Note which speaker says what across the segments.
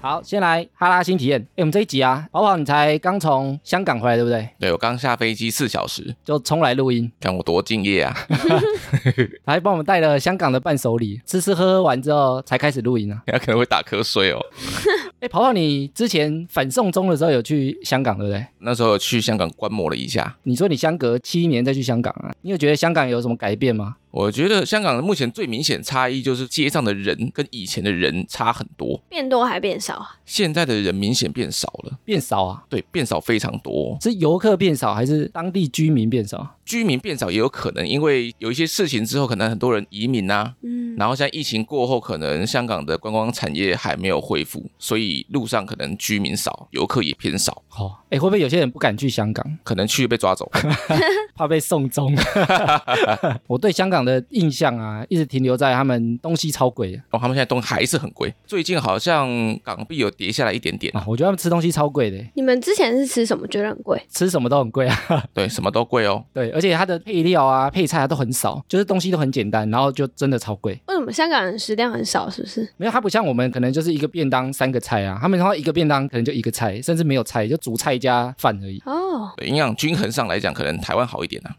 Speaker 1: 好，先来哈拉新体验。哎，我们这一集啊，宝宝你才刚从香港回来，对不对？
Speaker 2: 对我刚下飞机四小时，
Speaker 1: 就冲来录音，
Speaker 2: 看我多敬业啊！
Speaker 1: 还帮我们带了香港的伴手礼，吃吃喝喝完之后才开始录音啊。
Speaker 2: 人家可能会打瞌睡哦。
Speaker 1: 哎，跑跑，你之前反送中的时候有去香港，对不对？
Speaker 2: 那时候有去香港观摩了一下，
Speaker 1: 你说你相隔七年再去香港啊，你有觉得香港有什么改变吗？
Speaker 2: 我觉得香港目前最明显差异就是街上的人跟以前的人差很多，
Speaker 3: 变多还变少啊？
Speaker 2: 现在的人明显变少了，
Speaker 1: 变少啊？
Speaker 2: 对，变少非常多。哦
Speaker 1: 是游客变少，还是当地居民变少？
Speaker 2: 居民变少也有可能因为有一些事情之后，可能很多人移民啊，
Speaker 3: 嗯，
Speaker 2: 然后现在疫情过后，可能香港的观光产业还没有恢复，所以路上可能居民少，游客也偏少，
Speaker 1: 哦，哎，会不会有些人不敢去香港，
Speaker 2: 可能去被抓走。
Speaker 1: 怕被送中？ 我对香港的印象啊，一直停留在他们东西超贵的
Speaker 2: 哦，他们现在东西还是很贵，最近好像港币有跌下来一点点，
Speaker 1: 啊，我觉得他们吃东西超贵的，
Speaker 3: 你们之前是吃什么觉得很贵？
Speaker 1: 吃什么都很贵啊。
Speaker 2: 对，什么都贵哦。
Speaker 1: 对，而且它的配料啊、配菜啊都很少，就是东西都很简单，然后就真的超贵。
Speaker 3: 为什么香港人食量很少？是不是？
Speaker 1: 没有，它不像我们可能就是一个便当三个菜啊，他们的话一个便当可能就一个菜，甚至没有菜，就主菜加饭而已。
Speaker 3: 哦，
Speaker 2: 对，营养均衡上来讲，可能台湾好一点啊。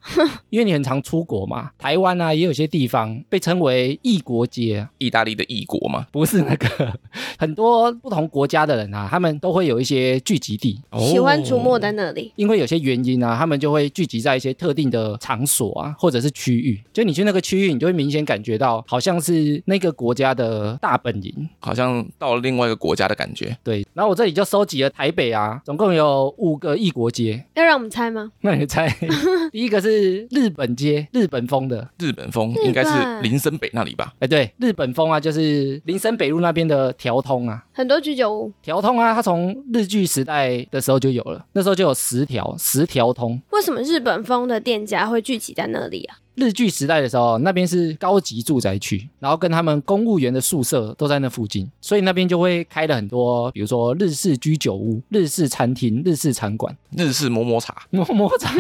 Speaker 1: 因为你很常出国嘛，台湾啊也有些地方被称为异国街、啊，
Speaker 2: 意大利的异国嘛，
Speaker 1: 不是那个 很多不同国家的人啊，他们都会有一些聚集地。
Speaker 2: 哦
Speaker 3: 喜欢出没在那里。
Speaker 1: 因为有些原因啊，他们就会聚集在一些特定的场所啊，或者是区域。就你去那个区域，你就会明显感觉到，好像是那个国家的大本营。
Speaker 2: 好像到了另外一个国家的感觉。
Speaker 1: 对，然后我这里就收集了台北啊，总共有五个异国街。
Speaker 3: 要让我们猜吗？
Speaker 1: 那你猜，第一个是日本街，日本风的。
Speaker 2: 日本风
Speaker 3: 日本
Speaker 2: 应该是林森北那里吧？
Speaker 1: 哎，对，日本风啊，就是林森北路那边的条通啊，
Speaker 3: 很多居酒屋
Speaker 1: 条通啊，它从日据时代的时候就有了，那时候就有十条，十条通。
Speaker 3: 为什么日本风的店家会聚集在那里啊？
Speaker 1: 日据时代的时候，那边是高级住宅区，然后跟他们公务员的宿舍都在那附近，所以那边就会开了很多，比如说日式居酒屋、日式餐厅、日式餐馆、
Speaker 2: 日式摸摸茶，
Speaker 1: 摸摸茶，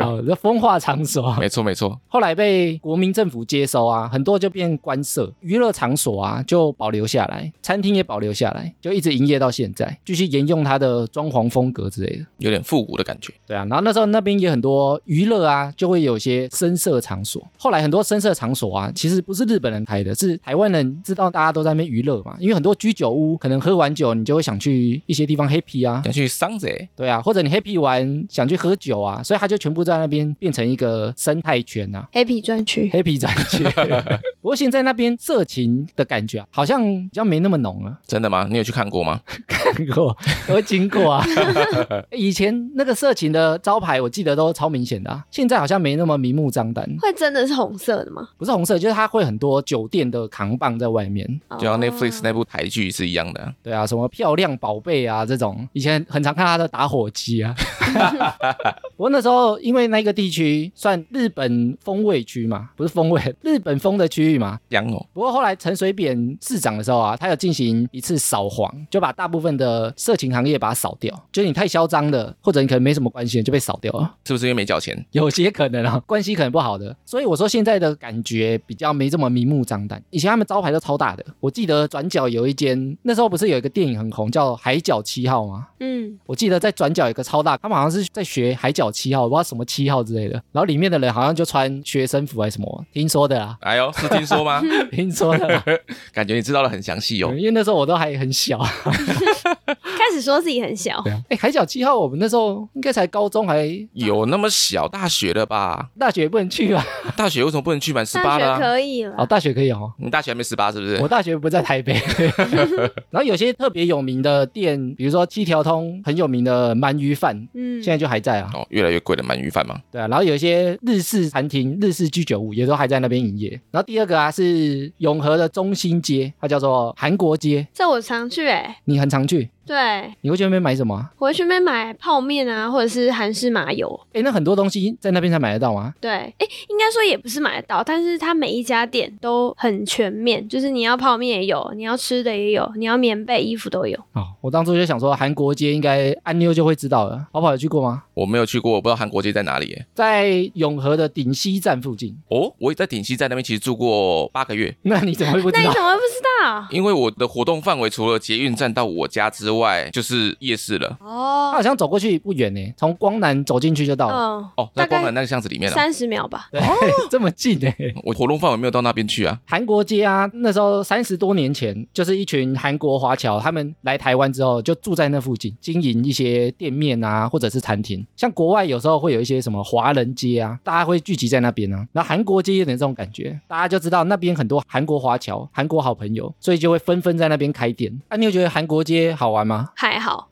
Speaker 1: 哦，这风化场所。
Speaker 2: 没错没错，
Speaker 1: 后来被国民政府接收啊，很多就变官舍，娱乐场所啊就保留下来，餐厅也保留下来，就一直营业到现在，继续沿用它的装潢风格之类的。
Speaker 2: 有点复古的感觉。
Speaker 1: 对啊，然后那时候那边也很多娱乐啊，就会有一些深色场所。后来很多深色场所啊，其实不是日本人开的，是台湾人知道大家都在那边娱乐嘛，因为很多居酒屋可能喝完酒，你就会想去一些地方 happy 啊。
Speaker 2: 想去桑泽，
Speaker 1: 对啊，或者你 happy 完想去喝酒啊，所以他就全部在那边变成一个生态圈 啊
Speaker 3: happy 专区，
Speaker 1: ，happy 展区。 不过现在那边色情的感觉啊，好像比较没那么浓啊了。
Speaker 2: 真的吗？你有去看过吗？
Speaker 1: 看过，都会经过啊。以前那个色情的招牌，我记得都超明显的、啊，现在好像没那么明目张胆。
Speaker 3: 会真的是红色的吗？
Speaker 1: 不是红色，就是它会很多酒店的扛棒在外面。
Speaker 3: 哦
Speaker 2: 就像 Netflix 那部台剧是一样的，
Speaker 1: 对啊，什么漂亮宝贝啊这种，以前很常看它的打火机啊。不过那时候因为那个地区算日本风味区嘛，不是风味，日本风的区域嘛。
Speaker 2: 香哦。
Speaker 1: 不过后来陈水扁市长的时候啊，他有进行一次扫黄，就把大部分的色情行业把它扫掉。就是你太嚣张的，或者你可能没什么关系就被扫掉了。
Speaker 2: 是不是因为没缴钱？
Speaker 1: 有些可能啊，关系可能不好的，所以我说现在的感觉比较没这么明目张胆。以前他们招牌都超大的，我记得转角有一间，那时候不是有一个电影很红叫《海角七号》吗？
Speaker 3: 嗯，
Speaker 1: 我记得在转角有一个超大，他们好像是在学《海角七号》，我不知道什么七号之类的。然后里面的嗯人好像就穿学生服还是什么，听说的啦，
Speaker 2: 哎呦，是听说 吗？
Speaker 1: 听说的啦，
Speaker 2: 感觉你知道的很详细哦。
Speaker 1: 因为那时候我都还很小。
Speaker 3: 开始说自己很小，
Speaker 1: 哎、海角七号》我们那时候应该才高中还。
Speaker 2: 有那么小？大学了吧？
Speaker 1: 大学也不能去啊！
Speaker 2: 大学为什么不能去满十八
Speaker 3: 大学
Speaker 2: 了啊？
Speaker 3: 可以了。
Speaker 1: 哦，大学可以哦。
Speaker 2: 你大学还没十八是不是
Speaker 1: 我？大学不在台北， 然后有些特别有名的店，比如说七条通很有名的鳗鱼饭，
Speaker 3: 嗯
Speaker 1: 现在就还在啊，
Speaker 2: 哦，越来越贵的鳗鱼饭吗？
Speaker 1: 对啊，然后有一些日式餐厅、日式居酒屋也都还在那边营业。然后第二个啊是永和的中心街，它叫做韩国街，
Speaker 3: 这我常去哎、
Speaker 1: 你很常去，
Speaker 3: 对
Speaker 1: 你会去那边买什么、啊？
Speaker 3: 我会去那边买泡面啊，或者是韩式麻油。
Speaker 1: 哎，那很多东西在那边才买得到啊吗？
Speaker 3: 对，哎，应该说也不是买得到，但是它每一家店都很全面，就是你要泡面也有，你要吃的也有，你要棉被、衣服都有。
Speaker 1: 哦，我当初就想说韩国街应该按妞就会知道了，跑跑有去过吗？
Speaker 2: 我没有去过，我不知道韩国街在哪里耶。
Speaker 1: 在永和的顶溪站附近。
Speaker 2: 哦，我也在顶溪在那边其实住过八个月，
Speaker 1: 那你怎么会不
Speaker 3: 那
Speaker 1: 知
Speaker 3: 你
Speaker 1: 道？
Speaker 3: 怎么会不知道？
Speaker 2: 因为我的活动范围除了捷运站到我家之外，就是夜市了。
Speaker 1: 他
Speaker 3: 哦
Speaker 1: 好，像走过去不远呢，从光南走进去就到了，
Speaker 3: 嗯，
Speaker 2: 哦，在
Speaker 3: 大概
Speaker 2: 光南那个巷子里面了。
Speaker 3: 三十秒吧。
Speaker 1: 对， 这么近呢。
Speaker 2: 我活动范围没有到那边去啊。
Speaker 1: 韩国街啊，那时候三十多年前，就是一群韩国华侨，他们来台湾之后就住在那附近，经营一些店面啊，或者是餐厅。像国外有时候会有一些什么华人街啊，大家会聚集在那边啊。那韩国街有点这种感觉，大家就知道那边很多韩国华侨、韩国好朋友，所以就会纷纷在那边开店。啊，你有觉得韩国街好玩吗？
Speaker 3: 还好，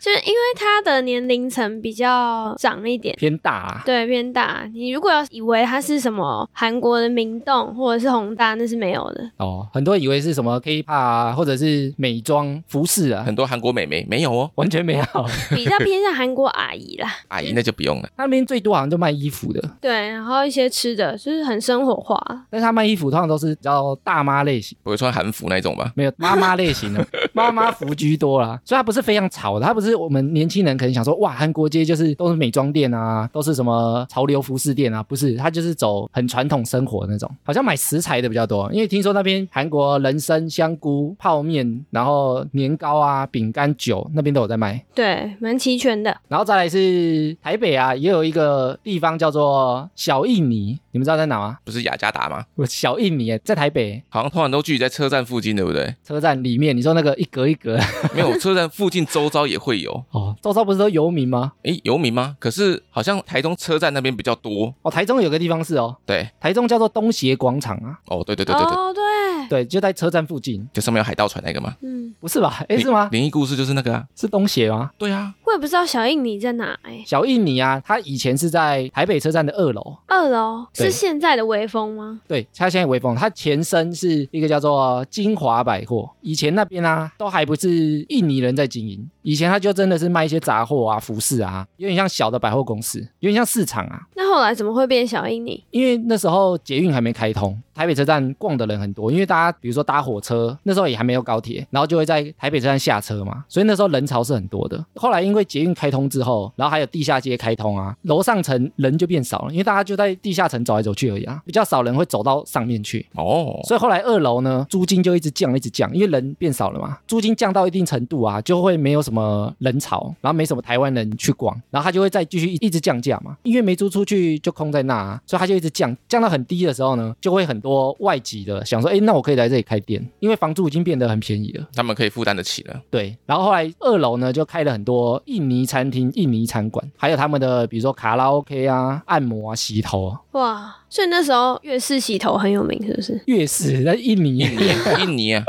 Speaker 3: 就是因为他的年龄层比较长一点，
Speaker 1: 偏大啊，
Speaker 3: 对，偏大。你如果要以为它是什么韩国的明洞或者是宏大，那是没有的。
Speaker 1: 哦，很多人以为是什么 K-pop 啊，或者是美妆服饰啊，
Speaker 2: 很多韩国美眉没有哦，
Speaker 1: 完全没有。
Speaker 3: 比较偏向韩国阿姨啦。
Speaker 2: 阿姨那就不用了。
Speaker 1: 那边最多好像就卖衣服的，
Speaker 3: 对，然后一些吃的，就是很生活化。
Speaker 1: 但是他卖衣服通常都是比较大妈类型，
Speaker 2: 不会穿韩服那种吧？
Speaker 1: 没有妈妈类型的，妈妈服居多啦。所以它不是非常潮的，它不是我们年轻人可能想说哇，韩国街就是都是美妆店啊，都是什么潮流服饰店啊，不是，它就是走很传统生活的那种，好像买食材的比较多，因为听说那边韩国人参、香菇、泡面，然后年糕啊、饼干、酒那边都有在卖。
Speaker 3: 对，蛮齐全的。
Speaker 1: 然后再来是台北啊，也有一个地方叫做小印尼，你们知道在哪吗？
Speaker 2: 不是雅加达吗？
Speaker 1: 我小印尼耶在台北
Speaker 2: 好像通常都聚集在车站附近，对不对？
Speaker 1: 车站里面，你说那个一格一格，
Speaker 2: 没有，车站附近周遭也会有。
Speaker 1: 哦，周遭不是都游民吗？
Speaker 2: 诶，游民吗？可是好像台中车站那边比较多。
Speaker 1: 哦，台中有个地方是哦，
Speaker 2: 对，
Speaker 1: 台中叫做东协广场啊，
Speaker 2: 哦，对对对对对，
Speaker 3: 哦，对，
Speaker 1: 对，就在车站附近，
Speaker 2: 就上面有海盗船那个嘛。
Speaker 3: 嗯，
Speaker 1: 不是吧？诶，是吗？
Speaker 2: 灵异故事就是那个啊。
Speaker 1: 是东协吗？
Speaker 2: 对啊，
Speaker 3: 我也不知道小印尼在哪哎、
Speaker 1: 小印尼啊，它以前是在台北车站的二楼，
Speaker 3: 二楼
Speaker 1: 对
Speaker 3: 是现在的微风吗？
Speaker 1: 对，它现在微风，它前身是一个叫做金华百货，以前那边啊都还不是印尼人在经营，以前它就真的是卖一些杂货啊、服饰啊，有点像小的百货公司，有点像市场啊，
Speaker 3: 那后来怎么会变小印尼？
Speaker 1: 因为那时候捷运还没开通，台北车站逛的人很多，因为大家比如说搭火车，那时候也还没有高铁，然后就会在台北车站下车嘛，所以那时候人潮是很多的。后来因为捷运开通之后，然后还有地下街开通啊，楼上层人就变少了，因为大家就在地下层走来走去而已啊，比较少人会走到上面去。
Speaker 2: 哦，
Speaker 1: 所以后来二楼呢，租金就一直降，一直降，因为人变少了嘛，租金降到一定程度啊，就会没有什么人潮，然后没什么台湾人去逛，然后他就会再继续一一直降价嘛，因为没租出去就空在那、啊，所以他就一直降，降到很低的时候呢，就会很多外籍的想说，哎，那我可以来这里开店，因为房租已经变得很便宜了。
Speaker 2: 他们可以负担得起 了。
Speaker 1: 对，然后后来二楼呢就开了很多印尼餐厅、印尼餐馆，还有他们的比如说卡拉 OK 啊、按摩啊、洗头啊、
Speaker 3: 哇，所以那时候粤式洗头很有名，是不是？
Speaker 1: 粤式，在印尼。
Speaker 2: 印尼啊，印尼啊，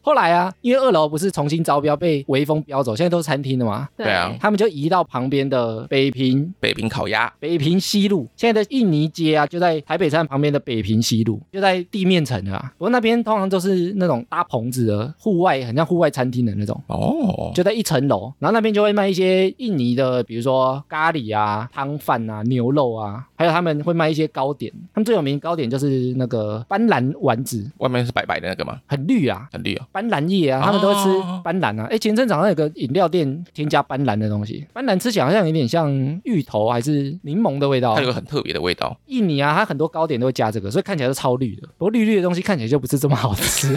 Speaker 1: 后来啊，因为二楼不是重新招标被微风标走，现在都是餐厅了嘛，
Speaker 2: 对啊
Speaker 1: 他们就移到旁边的北平
Speaker 2: 北平烤鸭，
Speaker 1: 北平西路，现在的印尼街啊，就在台北站旁边的北平西路，就在地面层的啊。不过那边通常都是那种搭棚子的，户外很像户外餐厅的那种。
Speaker 2: 哦，
Speaker 1: 就在一层楼，然后那边就会卖一些印尼的，比如说咖喱啊、汤饭啊、牛肉啊，还有他们会卖一些糕点。他们最有名的糕点就是那个斑斓丸子，
Speaker 2: 外面是白白的那个嘛，
Speaker 1: 很绿啊，
Speaker 2: 很绿哦。
Speaker 1: 斑斓叶啊，他们都会吃
Speaker 2: 哦
Speaker 1: 斑斓啊。哎、前阵子好像有个饮料店添加斑斓的东西，斑斓吃起来好像有点像芋头还是柠檬的味道
Speaker 2: 它。有个很特别的味道，
Speaker 1: 印尼啊，它很多糕点都会加这个，所以看起来都超绿的。不过绿绿的东西看起来就不是这么好 吃。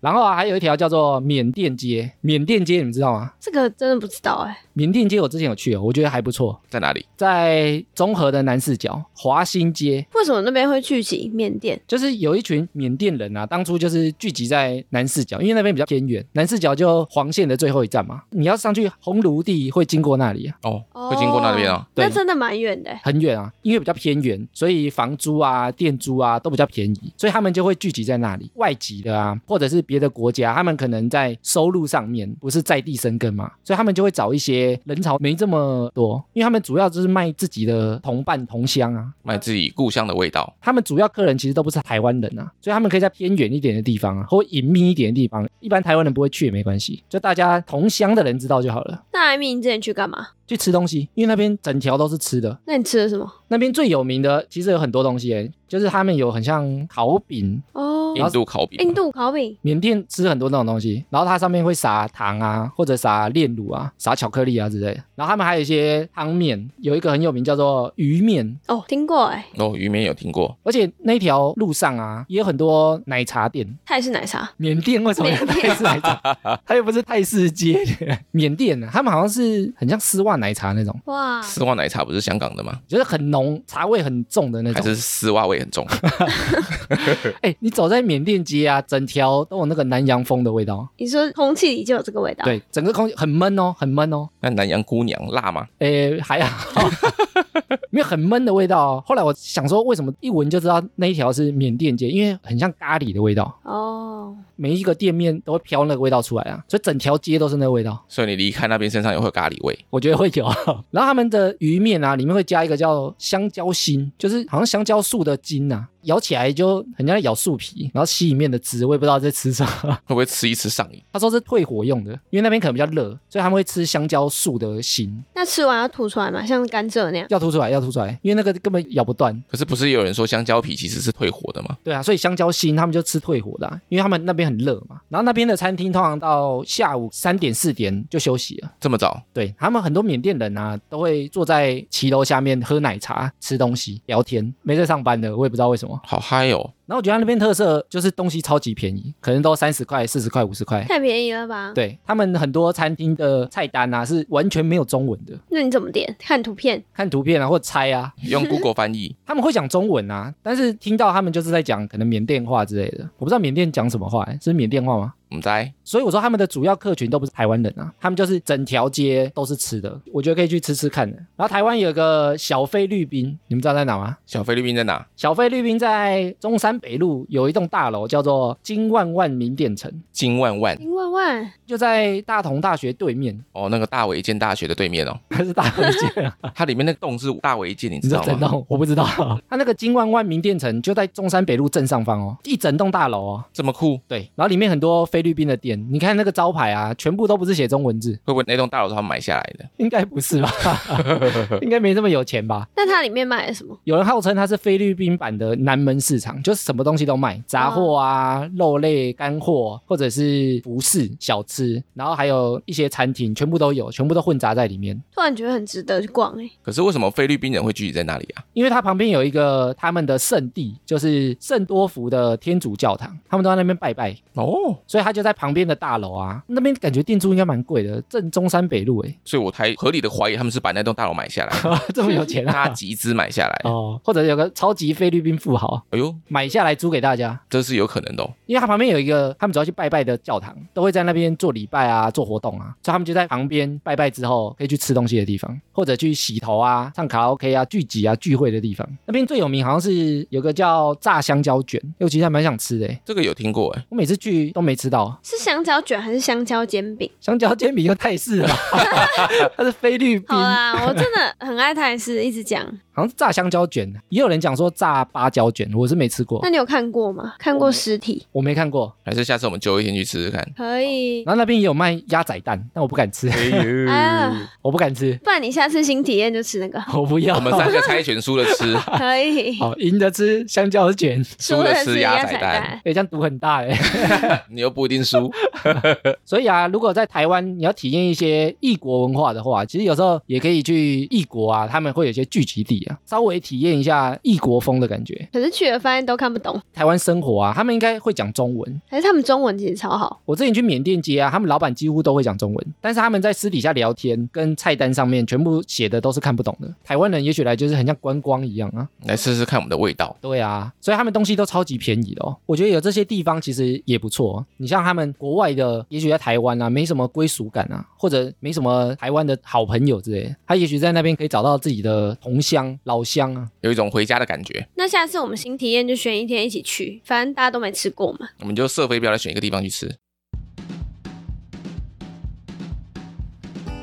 Speaker 1: 然后啊，还有一条叫做缅甸街，缅甸街你们知道吗？
Speaker 3: 这个真的不知道哎、
Speaker 1: 缅甸街我之前有去哦，我觉得还不错，
Speaker 2: 在哪里？
Speaker 1: 在综合的南四角华新街，
Speaker 3: 为什么那边会聚集缅甸？
Speaker 1: 就是有一群缅甸人啊，当初就是聚集在南四角，因为那边比较偏远，南四角就黄线的最后一站嘛。你要上去红炉地会经过那里啊，
Speaker 2: 哦，会经过那边哦。
Speaker 1: 对
Speaker 3: 那真的蛮远的欸、
Speaker 1: 很远啊，因为比较偏远，所以房租啊、店租啊都比较便宜，所以他们就会聚集在那里。外籍的啊，或者是别的国家，他们可能在收入上面不是在地生根嘛，所以他们就会找一些人潮没这么多，因为他们主要就是卖自己的同伴同乡啊，
Speaker 2: 卖自己故乡的味道，
Speaker 1: 他们主要客人其实都不是台湾人啊，所以他们可以在偏远一点的地方啊，或隐秘一点的地方，一般台湾人不会去也没关系，就大家同乡的人知道就好了。
Speaker 3: 那艾米，你之前去干嘛？
Speaker 1: 去吃东西，因为那边整条都是吃的。
Speaker 3: 那你吃了什么？
Speaker 1: 那边最有名的其实有很多东西耶，就是他们有很像烤饼，
Speaker 3: 哦，
Speaker 2: 印度烤饼
Speaker 3: 印度烤饼，
Speaker 1: 缅甸吃很多那种东西，然后它上面会撒糖啊，或者撒炼乳啊，撒巧克力啊之类的。然后他们还有一些汤面，有一个很有名叫做鱼面，
Speaker 3: 哦，听过哎、
Speaker 2: 哦，鱼面有听过，
Speaker 1: 而且那条路上啊也有很多奶茶店。
Speaker 3: 泰式奶茶，
Speaker 1: 缅甸为什么要
Speaker 3: 缅
Speaker 1: 泰
Speaker 3: 甸
Speaker 1: 式奶 茶？它又不是泰式街。 缅甸啊，他们好像是很像丝袜奶茶那种，
Speaker 3: 哇，
Speaker 2: 丝袜奶茶不是香港的吗？
Speaker 1: 就是很浓，茶味很重的那
Speaker 2: 还
Speaker 1: 种。
Speaker 2: 是丝袜味很重？
Speaker 1: 哎、你走在缅甸街啊，整条都有那个南洋风的味道。
Speaker 3: 你说空气里就有这个味
Speaker 2: 啊
Speaker 3: 道，，
Speaker 1: 对，整个空气很闷哦，很闷哦。
Speaker 2: 那南洋姑娘辣吗？
Speaker 1: 诶，还 好，没有很闷的味道、哦。后来我想说，为什么一闻就知道那一条是缅甸街，因为很像咖喱的味道，
Speaker 3: 哦，
Speaker 1: 每一个店面都会飘那个味道出来啊，所以整条街都是那个味道。
Speaker 2: 所以你离开那边身上也会有咖喱味。
Speaker 1: 我觉得会有。 然后他们的鱼面啊，里面会加一个叫香蕉心，就是好像香蕉树的筋啊，咬起来就很像在咬树皮，然后吸里面的汁，我也不知道在吃什么。
Speaker 2: 会不会吃一吃上瘾？
Speaker 1: 他说是退火用的，因为那边可能比较热，所以他们会吃香蕉树的心，
Speaker 3: 那吃完要吐出来吗？像甘蔗那样？
Speaker 1: 要吐出来，要吐出来，因为那个根本咬不断。
Speaker 2: 可是不是有人说香蕉皮其实是退火的吗？
Speaker 1: 对啊，所以香蕉心他们就吃退火的啊、因为他们那边很热嘛。然后那边的餐厅通常到下午三点四点就休息了。
Speaker 2: 这么早？
Speaker 1: 对他们很多缅甸人啊，都会坐在骑楼下面喝奶茶、吃东西、聊天，没在上班的，我也不知道为什么。
Speaker 2: 好嗨哦！
Speaker 1: 然后我觉得他那边特色就是东西超级便宜，可能都三十块、四十块、五十 块。
Speaker 3: 太便宜了吧？
Speaker 1: 对他们很多餐厅的菜单啊是完全没有中文的，
Speaker 3: 那你怎么点？看图片，
Speaker 1: 看图片啊或猜啊，
Speaker 2: 用 Google 翻 译，
Speaker 1: 他们会讲中文啊，但是听到他们就是在讲可能缅甸话之类的，我不知道缅甸讲什么话、欸，是缅甸话吗？
Speaker 2: 我们在
Speaker 1: 所以我说他们的主要客群都不是台湾人啊，他们就是整条街都是吃的，我觉得可以去吃吃看的。然后台湾有个小菲律宾，你们知道在哪吗？
Speaker 2: 小菲律宾在哪？
Speaker 1: 小菲律宾在中山北路有一栋大楼叫做金万万名店城，
Speaker 2: 金万万
Speaker 3: 林万万，
Speaker 1: 就在大同大学对面，
Speaker 2: 哦，那个大违建大学的对面哦，
Speaker 1: 还是大同街 啊？
Speaker 2: 它里面那栋是大违建，你
Speaker 1: 你
Speaker 2: 知
Speaker 1: 说
Speaker 2: 道
Speaker 1: 整
Speaker 2: 吗？
Speaker 1: 栋我不 知道，它那个金万万名店城就在中山北路正上方哦，一整栋大楼哦。
Speaker 2: 这么酷，
Speaker 1: 对，然后里面很多菲律宾的店，你看那个招牌啊，全部都不是写中文字，
Speaker 2: 会不会那栋大楼是他们买下来的？
Speaker 1: 应该不是吧？ 应该没这么有钱吧？
Speaker 3: 那它里面卖了什么？
Speaker 1: 有人号称它是菲律宾版的南门市场，就是什么东西都卖，杂货啊、肉类、干货，或者是服饰、小吃，然后还有一些餐厅，全部都有，全部都混杂在里面。
Speaker 3: 突然觉得很值得去逛哎、
Speaker 2: 可是为什么菲律宾人会聚集在那里啊？
Speaker 1: 因为它旁边有一个他们的圣地，就是圣多福的天主教堂，他们都在那边拜拜，
Speaker 2: 哦，
Speaker 1: 所以它就在旁边的大楼啊。那边感觉店租应该蛮贵的，正中山北路诶、
Speaker 2: 所以我才合理的怀疑他们是把那栋大楼买下来，
Speaker 1: 这么有钱
Speaker 2: 他
Speaker 1: 啊！
Speaker 2: 集资买下来。
Speaker 1: 哦，或者有个超级菲律宾富豪
Speaker 2: 哎呦，
Speaker 1: 买下来租给大家，
Speaker 2: 这是有可能的、哦。
Speaker 1: 因为它旁边有一个他们主要去拜拜的教堂，都会在那边做礼拜啊，做活动啊，所以他们就在旁边拜拜之后可以去吃东西的地方，或者去洗头啊、唱卡拉 OK 啊、聚集啊、聚会的地方。那边最有名好像是有个叫炸香蕉卷，尤其实还蛮想吃的欸，
Speaker 2: 这个有听过哎，
Speaker 1: 我每次去都没吃到。
Speaker 3: 是香蕉卷还是香蕉煎饼？
Speaker 1: 香蕉煎饼又泰式了吧，它是菲律宾，
Speaker 3: 好
Speaker 1: 好
Speaker 3: 啦，我真的很爱泰式，一直讲。
Speaker 1: 像是炸香蕉卷，也有人讲说炸芭蕉卷，我是没吃过
Speaker 3: 那，你有看过吗？看过实体？
Speaker 1: 我没看过。
Speaker 2: 还是下次我们揪一天去吃吃看。
Speaker 3: 可以。
Speaker 2: 哦
Speaker 1: 然后那边也有卖鸭仔蛋，但我不敢吃，
Speaker 2: 哎呦
Speaker 3: 啊
Speaker 1: 我不敢吃，，
Speaker 3: 不然你下次新体验就吃那个
Speaker 1: 我不要。
Speaker 2: 我们三个猜拳输了吃，
Speaker 3: 可以。
Speaker 1: 好，赢的吃香蕉 卷，
Speaker 2: 输了哦吃
Speaker 3: 是
Speaker 2: 鸭仔
Speaker 3: 仔
Speaker 2: 蛋，
Speaker 1: 哎、这样赌很大哎、
Speaker 2: 你又不一定输。
Speaker 1: 所以啊，如果在台湾你要体验一些异国文化的话，其实有时候也可以去异国啊，他们会有一些聚集地啊，稍微体验一下异国风的感觉。
Speaker 3: 可是去了发现都看不懂，
Speaker 1: 台湾生活啊，他们应该会讲中文。
Speaker 3: 还是他们中文其实超好。
Speaker 1: 我之前去缅甸街啊，他们老板几乎都会讲中文，但是他们在私底下聊天跟菜单上面全部写的都是看不懂的。台湾人也许来就是很像观光一样啊。
Speaker 2: 来试试看我们的味道。
Speaker 1: 对啊，所以他们东西都超级便宜的哦。我觉得有这些地方其实也不错。哦你像他们国外的，也许在台湾啊，没什么归属感啊，或者没什么台湾的好朋友之类的，他也许在那边可以找到自己的同乡、老乡啊。
Speaker 2: 有一种回家的感觉。
Speaker 3: 那下次我们新体验就选一天一起去，反正大家都没吃过嘛。
Speaker 2: 我们就射飞镖来选一个地方去吃。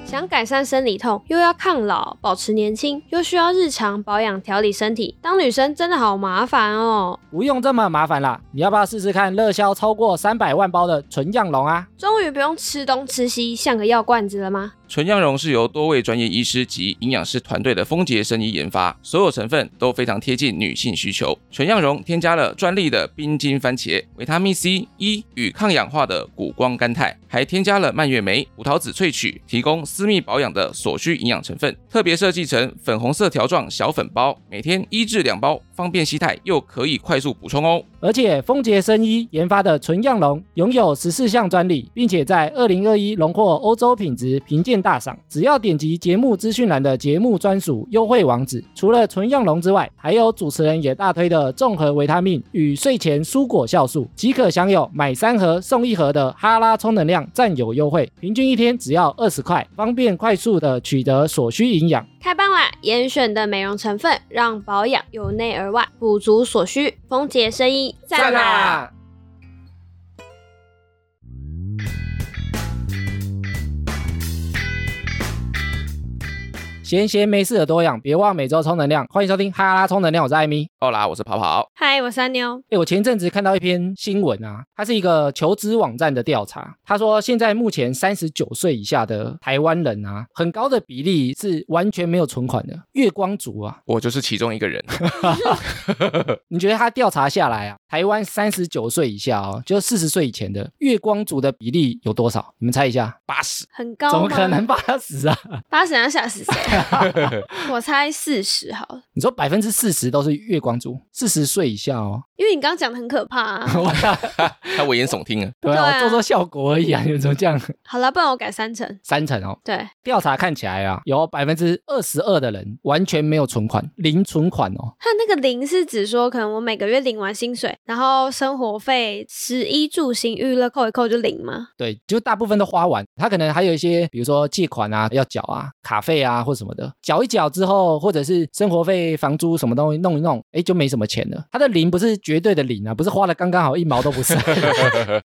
Speaker 3: 想改善生理痛，又要抗老、保持年轻，又需要日常保养、调理身体，当女生真的好麻烦哦。
Speaker 1: 不用这么麻烦啦，你要不要试试看热销超过三百万包的纯样龙啊？
Speaker 3: 终于不用吃东吃西，像个药罐子了吗？
Speaker 2: 纯羊绒是由多位专业医师及营养师团队的丰杰生医研发，所有成分都非常贴近女性需求。纯羊绒添加了专利的冰晶番茄、维他命 C、E 与抗氧化的谷胱甘肽，还添加了蔓越莓、葡萄籽萃取，提供私密保养的所需营养成分。特别设计成粉红色条状小粉包，每天一至两包，方便携带又可以快速补充哦。
Speaker 1: 而且丰杰生医研发的纯样龙拥有十四项专利，并且在二零二一荣获欧洲品质评鉴大赏。只要点击节目资讯栏的节目专属优惠网址，除了纯样龙之外，还有主持人也大推的综合维他命与睡前蔬果酵素，即可享有买三盒送一盒的哈拉充能量占有优惠，平均一天只要二十块，方便快速的取得所需营养。
Speaker 3: 开班啦！严选的美容成分，让保养由内而外补足所需。丰杰生医，！！
Speaker 1: 闲闲没事的多养，别忘每周充能量。欢迎收听哈拉充能量，我是艾米。
Speaker 2: 奥啦，我是跑跑。
Speaker 3: 嗨，我是三妞。
Speaker 1: 哎，我前阵子看到一篇新闻啊，它是一个求职网站的调查，他说现在目前三十九岁以下的台湾人啊，很高的比例是完全没有存款的，月光族啊。
Speaker 2: 我就是其中一个人，
Speaker 1: 你觉得他调查下来啊，台湾三十九岁以下哦，就四十岁以前的月光族的比例有多少？你们猜一下？
Speaker 2: 八十。
Speaker 3: 很高吗？
Speaker 1: 怎么可能八十啊？
Speaker 3: 八十要吓死谁？我猜四十好了，
Speaker 1: 你说百分之四十都是月光族，四十岁以下哦。
Speaker 3: 因为你刚刚讲的很可怕、啊。
Speaker 2: 他危言耸听啊！
Speaker 1: 对
Speaker 3: 对
Speaker 1: 啊，
Speaker 3: 啊
Speaker 1: 我做做效果而已啊，你们怎么这样？
Speaker 3: 好了，不然我改三成。
Speaker 1: 三成哦。
Speaker 3: 对，
Speaker 1: 调查看起来啊，有百分之二十二的人完全没有存款，零存款哦。
Speaker 3: 他那个零是指说，可能我每个月领完薪水，然后生活费、食衣住行、娱乐扣一扣就零吗？
Speaker 1: 对，就大部分都花完，他可能还有一些，比如说借款啊要缴啊，卡费啊或什么的，缴一缴之后，或者是生活费、房租什么东西弄一弄，哎，就没什么钱了。他的零不是绝对的零啊，不是花的刚刚好一毛都不是，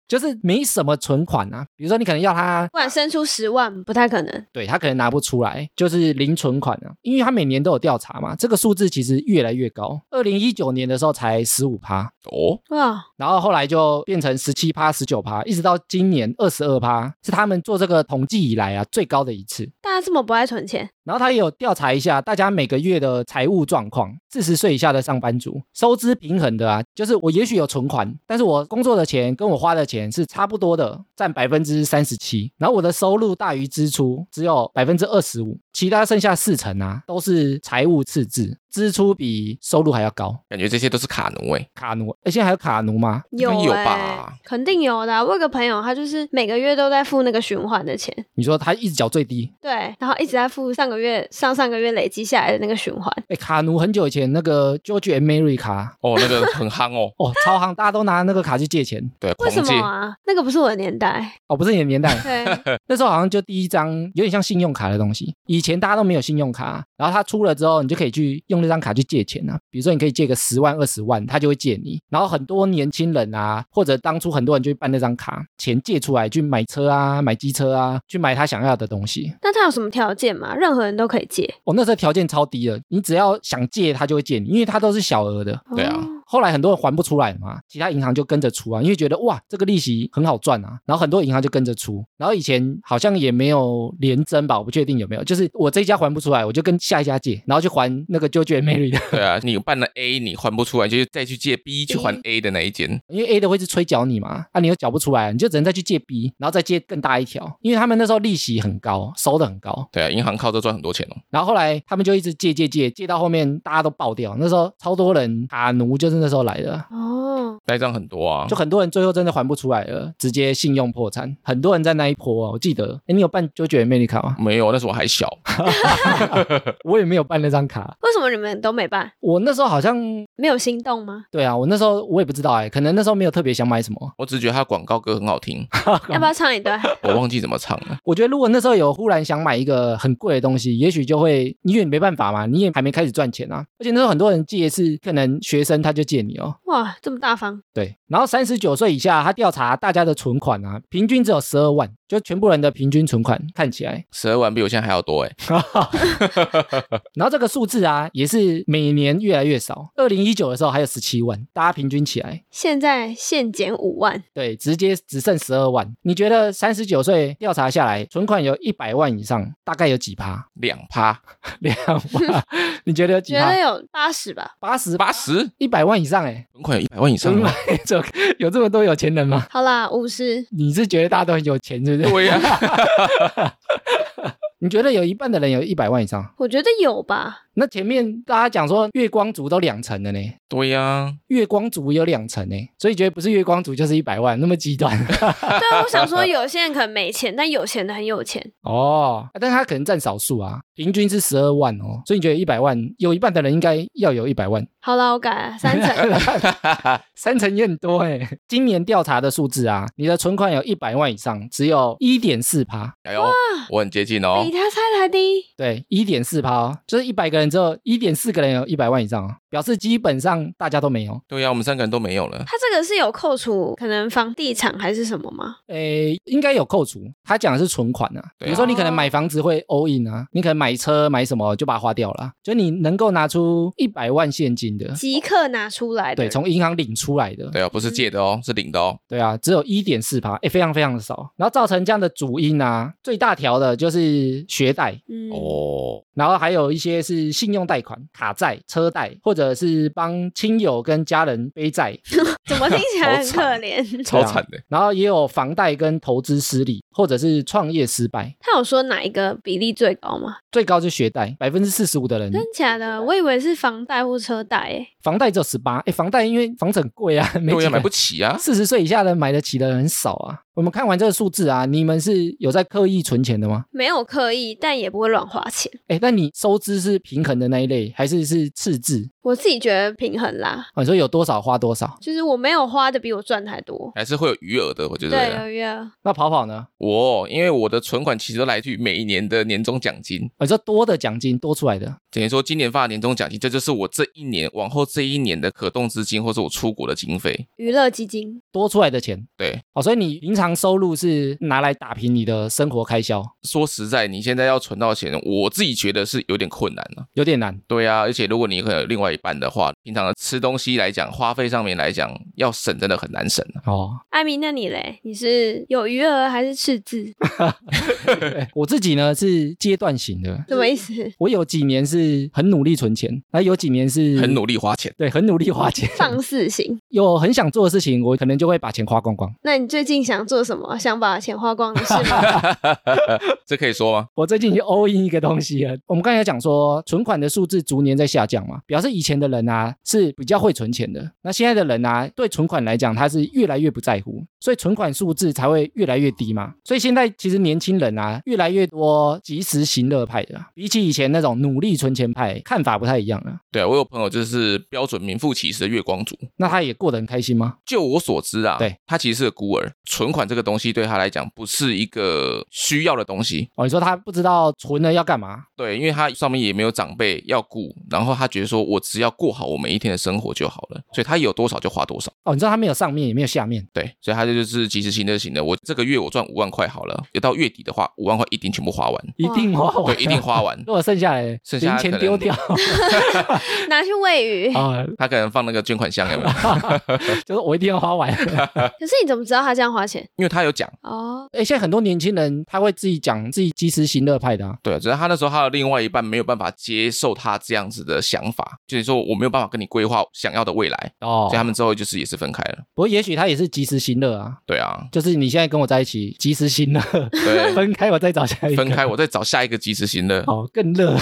Speaker 1: 就是没什么存款啊。比如说你可能要他
Speaker 3: 不然生出十万不太可能。
Speaker 1: 对他可能拿不出来，就是零存款啊，因为他每年都有调查嘛，这个数字其实越来越高。二零一九年的时候才十五趴，
Speaker 2: 哦，
Speaker 3: 哇，
Speaker 1: 然后后来就变成十七趴、十九趴，一直到今年二十二趴，是他们做这个统计以来啊最高的一次。
Speaker 3: 大家这么不爱存钱，
Speaker 1: 然后他也有调查一下大家每个月的财务状况，四十岁以下的上班族收支平衡的啊，就是我也许有存款，但是我工作的钱跟我花的钱是差不多的，占百分之三十七，然后我的收入大于支出，只有百分之二十五，其他剩下四成啊都是财务赤字，支出比收入还要高。
Speaker 2: 感觉这些都是卡奴哎。
Speaker 1: 卡奴，哎，现在还有卡奴吗？
Speaker 3: 有、
Speaker 2: 应该
Speaker 3: 欸、
Speaker 2: 有吧
Speaker 3: 肯定有的啊、我有个朋友，他就是每个月都在付那个循环的钱，
Speaker 1: 你说他一直缴最低，
Speaker 3: 对，然后一直在付上个月、上上个月累积下来的那个循环。
Speaker 1: 哎，卡奴很久以前那个 George and Mary 卡，，
Speaker 2: 哦，那个很夯哦
Speaker 1: 哦，超行，大家都拿那个卡去借钱。
Speaker 2: 对，
Speaker 3: 为
Speaker 2: 狂
Speaker 3: 什
Speaker 2: 借
Speaker 3: 么啊？那个不是我的年代。
Speaker 1: 哦，不是你的年
Speaker 2: 哎
Speaker 1: 代，
Speaker 3: 对，
Speaker 1: 那时候好像就第一张有点像信用卡的东西，以前大家都没有信用卡，然后它出了之后，你就可以去用那张卡去借钱啊。比如说你可以借个十万、二十万，他就会借你。然后很多年轻人啊，或者当初很多人就会办那张卡，钱借出来去买车啊、买机车啊，去买他想要的东西。
Speaker 3: 那他有什么条件吗？任何人都可以借。
Speaker 1: 哦，那时候条件超低的，你只要想借他就会借你，因为他都是小额的。
Speaker 2: 对啊
Speaker 3: 哦
Speaker 1: 后来很多人还不出来嘛，其他银行就跟着出啊，因为觉得哇，这个利息很好赚啊，然后很多银行就跟着出。然后以前好像也没有连征吧，我不确定有没有，就是我这一家还不出来，我就跟下一家借，然后去还那个 George and Mary 的，
Speaker 2: 对啊，你办了 A 你还不出来，就是再去借 B 去还 A 的那一间。
Speaker 1: 因为 A 的会是催缴你嘛，啊，你又缴不出来，你就只能再去借 B，然后再借更大一条，因为他们那时候利息很高，收的很高。
Speaker 2: 对啊，银行靠这赚很多钱哦。
Speaker 1: 然后后来他们就一直借借借，借到后面大家都爆掉，那时候超多人卡奴就是那时候来的。
Speaker 3: 哦，
Speaker 2: 那一张很多啊
Speaker 1: 就，很多人最后真的还不出来了，直接信用破产。很多人在那一波哦，我记得，哎，你有办 JoJo America 吗？
Speaker 2: 没有，那时候我还小，
Speaker 1: 我也没有办那张卡，
Speaker 3: 为什么你们都没办？
Speaker 1: 我那时候好像，
Speaker 3: 没有心 动吗？
Speaker 1: 对啊，我那时候我也不知道哎，可能那时候没有特别想买什么。
Speaker 2: 我只是觉得他广告歌很好听，
Speaker 3: 要不要唱一段？
Speaker 2: 我忘记怎么唱了。
Speaker 1: 我觉得如果那时候有忽然想买一个很贵的东西，也许就会，因为你没办法嘛，你也还没开始赚钱啊。而且那时候很多人借是可能学生他就借你哦，
Speaker 3: 哇，这么大方，
Speaker 1: 对。然后三十九岁以下，他调查大家的存款啊，平均只有十二万，就全部人的平均存款看起来，
Speaker 2: 十二万比我现在还要多哎、
Speaker 1: 然后这个数字啊，也是每年越来越少。二零一九的时候还有十七万，大家平均起来，
Speaker 3: 现在现减五万，
Speaker 1: 对，直接只剩十二万。你觉得三十九岁调查下来，存款有一百万以上，大概有几趴？
Speaker 2: 两趴
Speaker 1: 两趴？你觉得有几
Speaker 3: 觉得
Speaker 1: 趴？
Speaker 3: 有八十吧。
Speaker 1: 八十
Speaker 2: 八十，
Speaker 1: 一百万以上哎、
Speaker 2: 存款有一百万以
Speaker 1: 欸，
Speaker 2: 上吗？
Speaker 1: 这 有这么多有钱人吗？
Speaker 3: 好啦，五十，
Speaker 1: 你是觉得大家都很有钱，是不是？
Speaker 2: 对呀、
Speaker 1: 你觉得有一半的人有一百万以上？
Speaker 3: 我觉得有吧。
Speaker 1: 那前面大家讲说月光族都两成的呢，
Speaker 2: 对呀、
Speaker 1: 月光族有两成呢，所以觉得不是月光族就是一百万，那么极端
Speaker 3: 对，啊我想说有些人可能没钱，但有钱的很有钱。
Speaker 1: 哦。但他可能占少数啊，平均是十二万哦，所以你觉得一百万有一半的人应该要有一百万，
Speaker 3: 好啦，我改了 三成。
Speaker 1: 三成也很多哎。今年调查的数字啊，你的存款有一百万以上，只有一点四趴，
Speaker 2: 哎呦，我很接近哦
Speaker 3: 比。他猜的还低，
Speaker 1: 对，一点四趴哦，就是一百个人只有一点四个人有一百万以上哦，表示基本上大家都没有。
Speaker 2: 对呀、我们三个人都没有了。
Speaker 3: 他这个是有扣除可能房地产还是什么吗？
Speaker 1: 诶，应该有扣除。他讲的是存款啊，
Speaker 2: 对啊
Speaker 1: 比如说你可能买房子会 all in 啊，你可能买车买什么就把它花掉了啊，就你能够拿出一百万现金的，
Speaker 3: 即刻拿出来
Speaker 1: 嗯
Speaker 3: 的，
Speaker 1: 对，从银行领出来的，
Speaker 2: 对啊，不是借的哦，是领的哦。
Speaker 1: 对啊，只有一点四趴，欸诶，非常非常的少。然后造成这样的主因啊，最大条的就是学贷。
Speaker 3: 嗯，
Speaker 2: 哦，
Speaker 1: 然后还有一些是信用贷款、卡债、车贷，或者是帮亲友跟家人背债，
Speaker 3: 怎么听起来很
Speaker 2: 好
Speaker 3: 可
Speaker 2: 惨
Speaker 3: 怜？
Speaker 2: 超惨
Speaker 3: 啊
Speaker 2: 的。
Speaker 1: 然后也有房贷跟投资失利，或者是创业失败。
Speaker 3: 他有说哪一个比例最高吗？
Speaker 1: 最高是学贷，百分之四十五的人
Speaker 3: 真假的？我以为是房贷或车贷欸诶。
Speaker 1: 房贷只有十八，哎，房贷因为房子很贵啊， 没
Speaker 2: 对呀、
Speaker 1: 钱
Speaker 2: 买不。起啊。
Speaker 1: 四十岁以下的买得起的人很少啊。我们看完这个数字啊，你们是有在刻意存钱的吗？
Speaker 3: 没有刻意，但也不会乱花钱。
Speaker 1: 哎，那你收支是平衡的那一类，还是是赤字？
Speaker 3: 我自己觉得平衡啦，
Speaker 1: 哦，你说有多少花多少？
Speaker 3: 就是我没有花的比我赚的还多。
Speaker 2: 还是会有余额的，我觉
Speaker 3: 对，啊
Speaker 2: 得。
Speaker 3: 有有，
Speaker 1: 那跑跑呢？
Speaker 2: 我因为我的存款其实都来自于每一年的年终奖金，
Speaker 1: 哦你说多的奖金多出来的，
Speaker 2: 等于说今年发的年终奖金，这就是我这一年往后这一年的可动资金，或是我出国的经费。
Speaker 3: 娱乐基金
Speaker 1: 多出来的钱
Speaker 2: 对，
Speaker 1: 哦，所以你平常收入是拿来打平你的生活开销，
Speaker 2: 说实在，你现在要存到钱，我自己觉得是有点困难了、
Speaker 1: 有点难。
Speaker 2: 对啊，而且如果你可能有另外一半的话，平常的吃东西来讲，花费上面来讲，要省真的很难省啊。
Speaker 1: 哦，
Speaker 3: 艾米，那你嘞？你是有余额还是赤字？
Speaker 1: 诶我自己呢是阶段型的，
Speaker 3: 什么意思？
Speaker 1: 我有几年是很努力存钱，那有几年是
Speaker 2: 很努力花钱，
Speaker 1: 对很努力花钱，
Speaker 3: 放肆型。
Speaker 1: 有很想做的事情，我可能就会把钱花光光。
Speaker 3: 那你最近想做什么？想把钱花光的事吗？
Speaker 2: 这可以说吗？
Speaker 1: 我最近 去 all in 一个东西了。我们刚才有讲说，存款的数字逐年在下降嘛，表示以前的人啊是比较会存钱的，那现在的人啊，对存款来讲，他是越来越不在乎，所以存款数字才会越来越低嘛。所以现在其实年轻人啊，越来越多及时行乐派的啊，比起以前那种努力存钱派，看法不太一样了。
Speaker 2: 对啊，我有朋友就是标准名副其实的月光族。
Speaker 1: 那他也过得很开心吗？
Speaker 2: 就我所知啊，
Speaker 1: 对，
Speaker 2: 他其实是个孤儿，存款这个东西对他来讲不是一个需要的东西。
Speaker 1: 哦，你说他不知道存了要干嘛？
Speaker 2: 对，因为他上面也没有长辈要顾，然后他觉得说我只要过好我每一天的生活就好了，所以他有多少就花多少。
Speaker 1: 哦，你知道他没有上面也没有下面，
Speaker 2: 对，所以他就是及时行乐型的。我这个月我赚五万块好了，到月底的话，五万块一定全部 花完，
Speaker 1: 一定花完，
Speaker 2: 对，一定。花完。
Speaker 1: 如果剩下来，
Speaker 2: 剩下
Speaker 1: 零
Speaker 2: 可
Speaker 1: 钱
Speaker 2: 能
Speaker 1: 丢 掉
Speaker 3: 拿去喂鱼。
Speaker 1: 啊，
Speaker 2: 他可能放那个捐款箱有没有？
Speaker 1: 就是我一定要花完。
Speaker 3: 可是你怎么知道他这样花钱？
Speaker 2: 因为他有讲，
Speaker 3: 哦，
Speaker 1: 哎，现在很多年轻人他会自己讲自己及时行乐派的、啊，
Speaker 2: 对啊，只是他那时候他的另外一半没有办法接受他这样子的想法，就是说我没有办法跟你规划想要的未来，
Speaker 1: 哦
Speaker 2: 所以他们之后就是也是分开了。
Speaker 1: 不过也许他也是及时行乐啊，
Speaker 2: 对啊，
Speaker 1: 就是你现在跟我在一起及时行乐，，
Speaker 2: 对
Speaker 1: 分开我再找下一个，
Speaker 2: 分开，我再找下一个及时行乐。
Speaker 1: 哦更乐。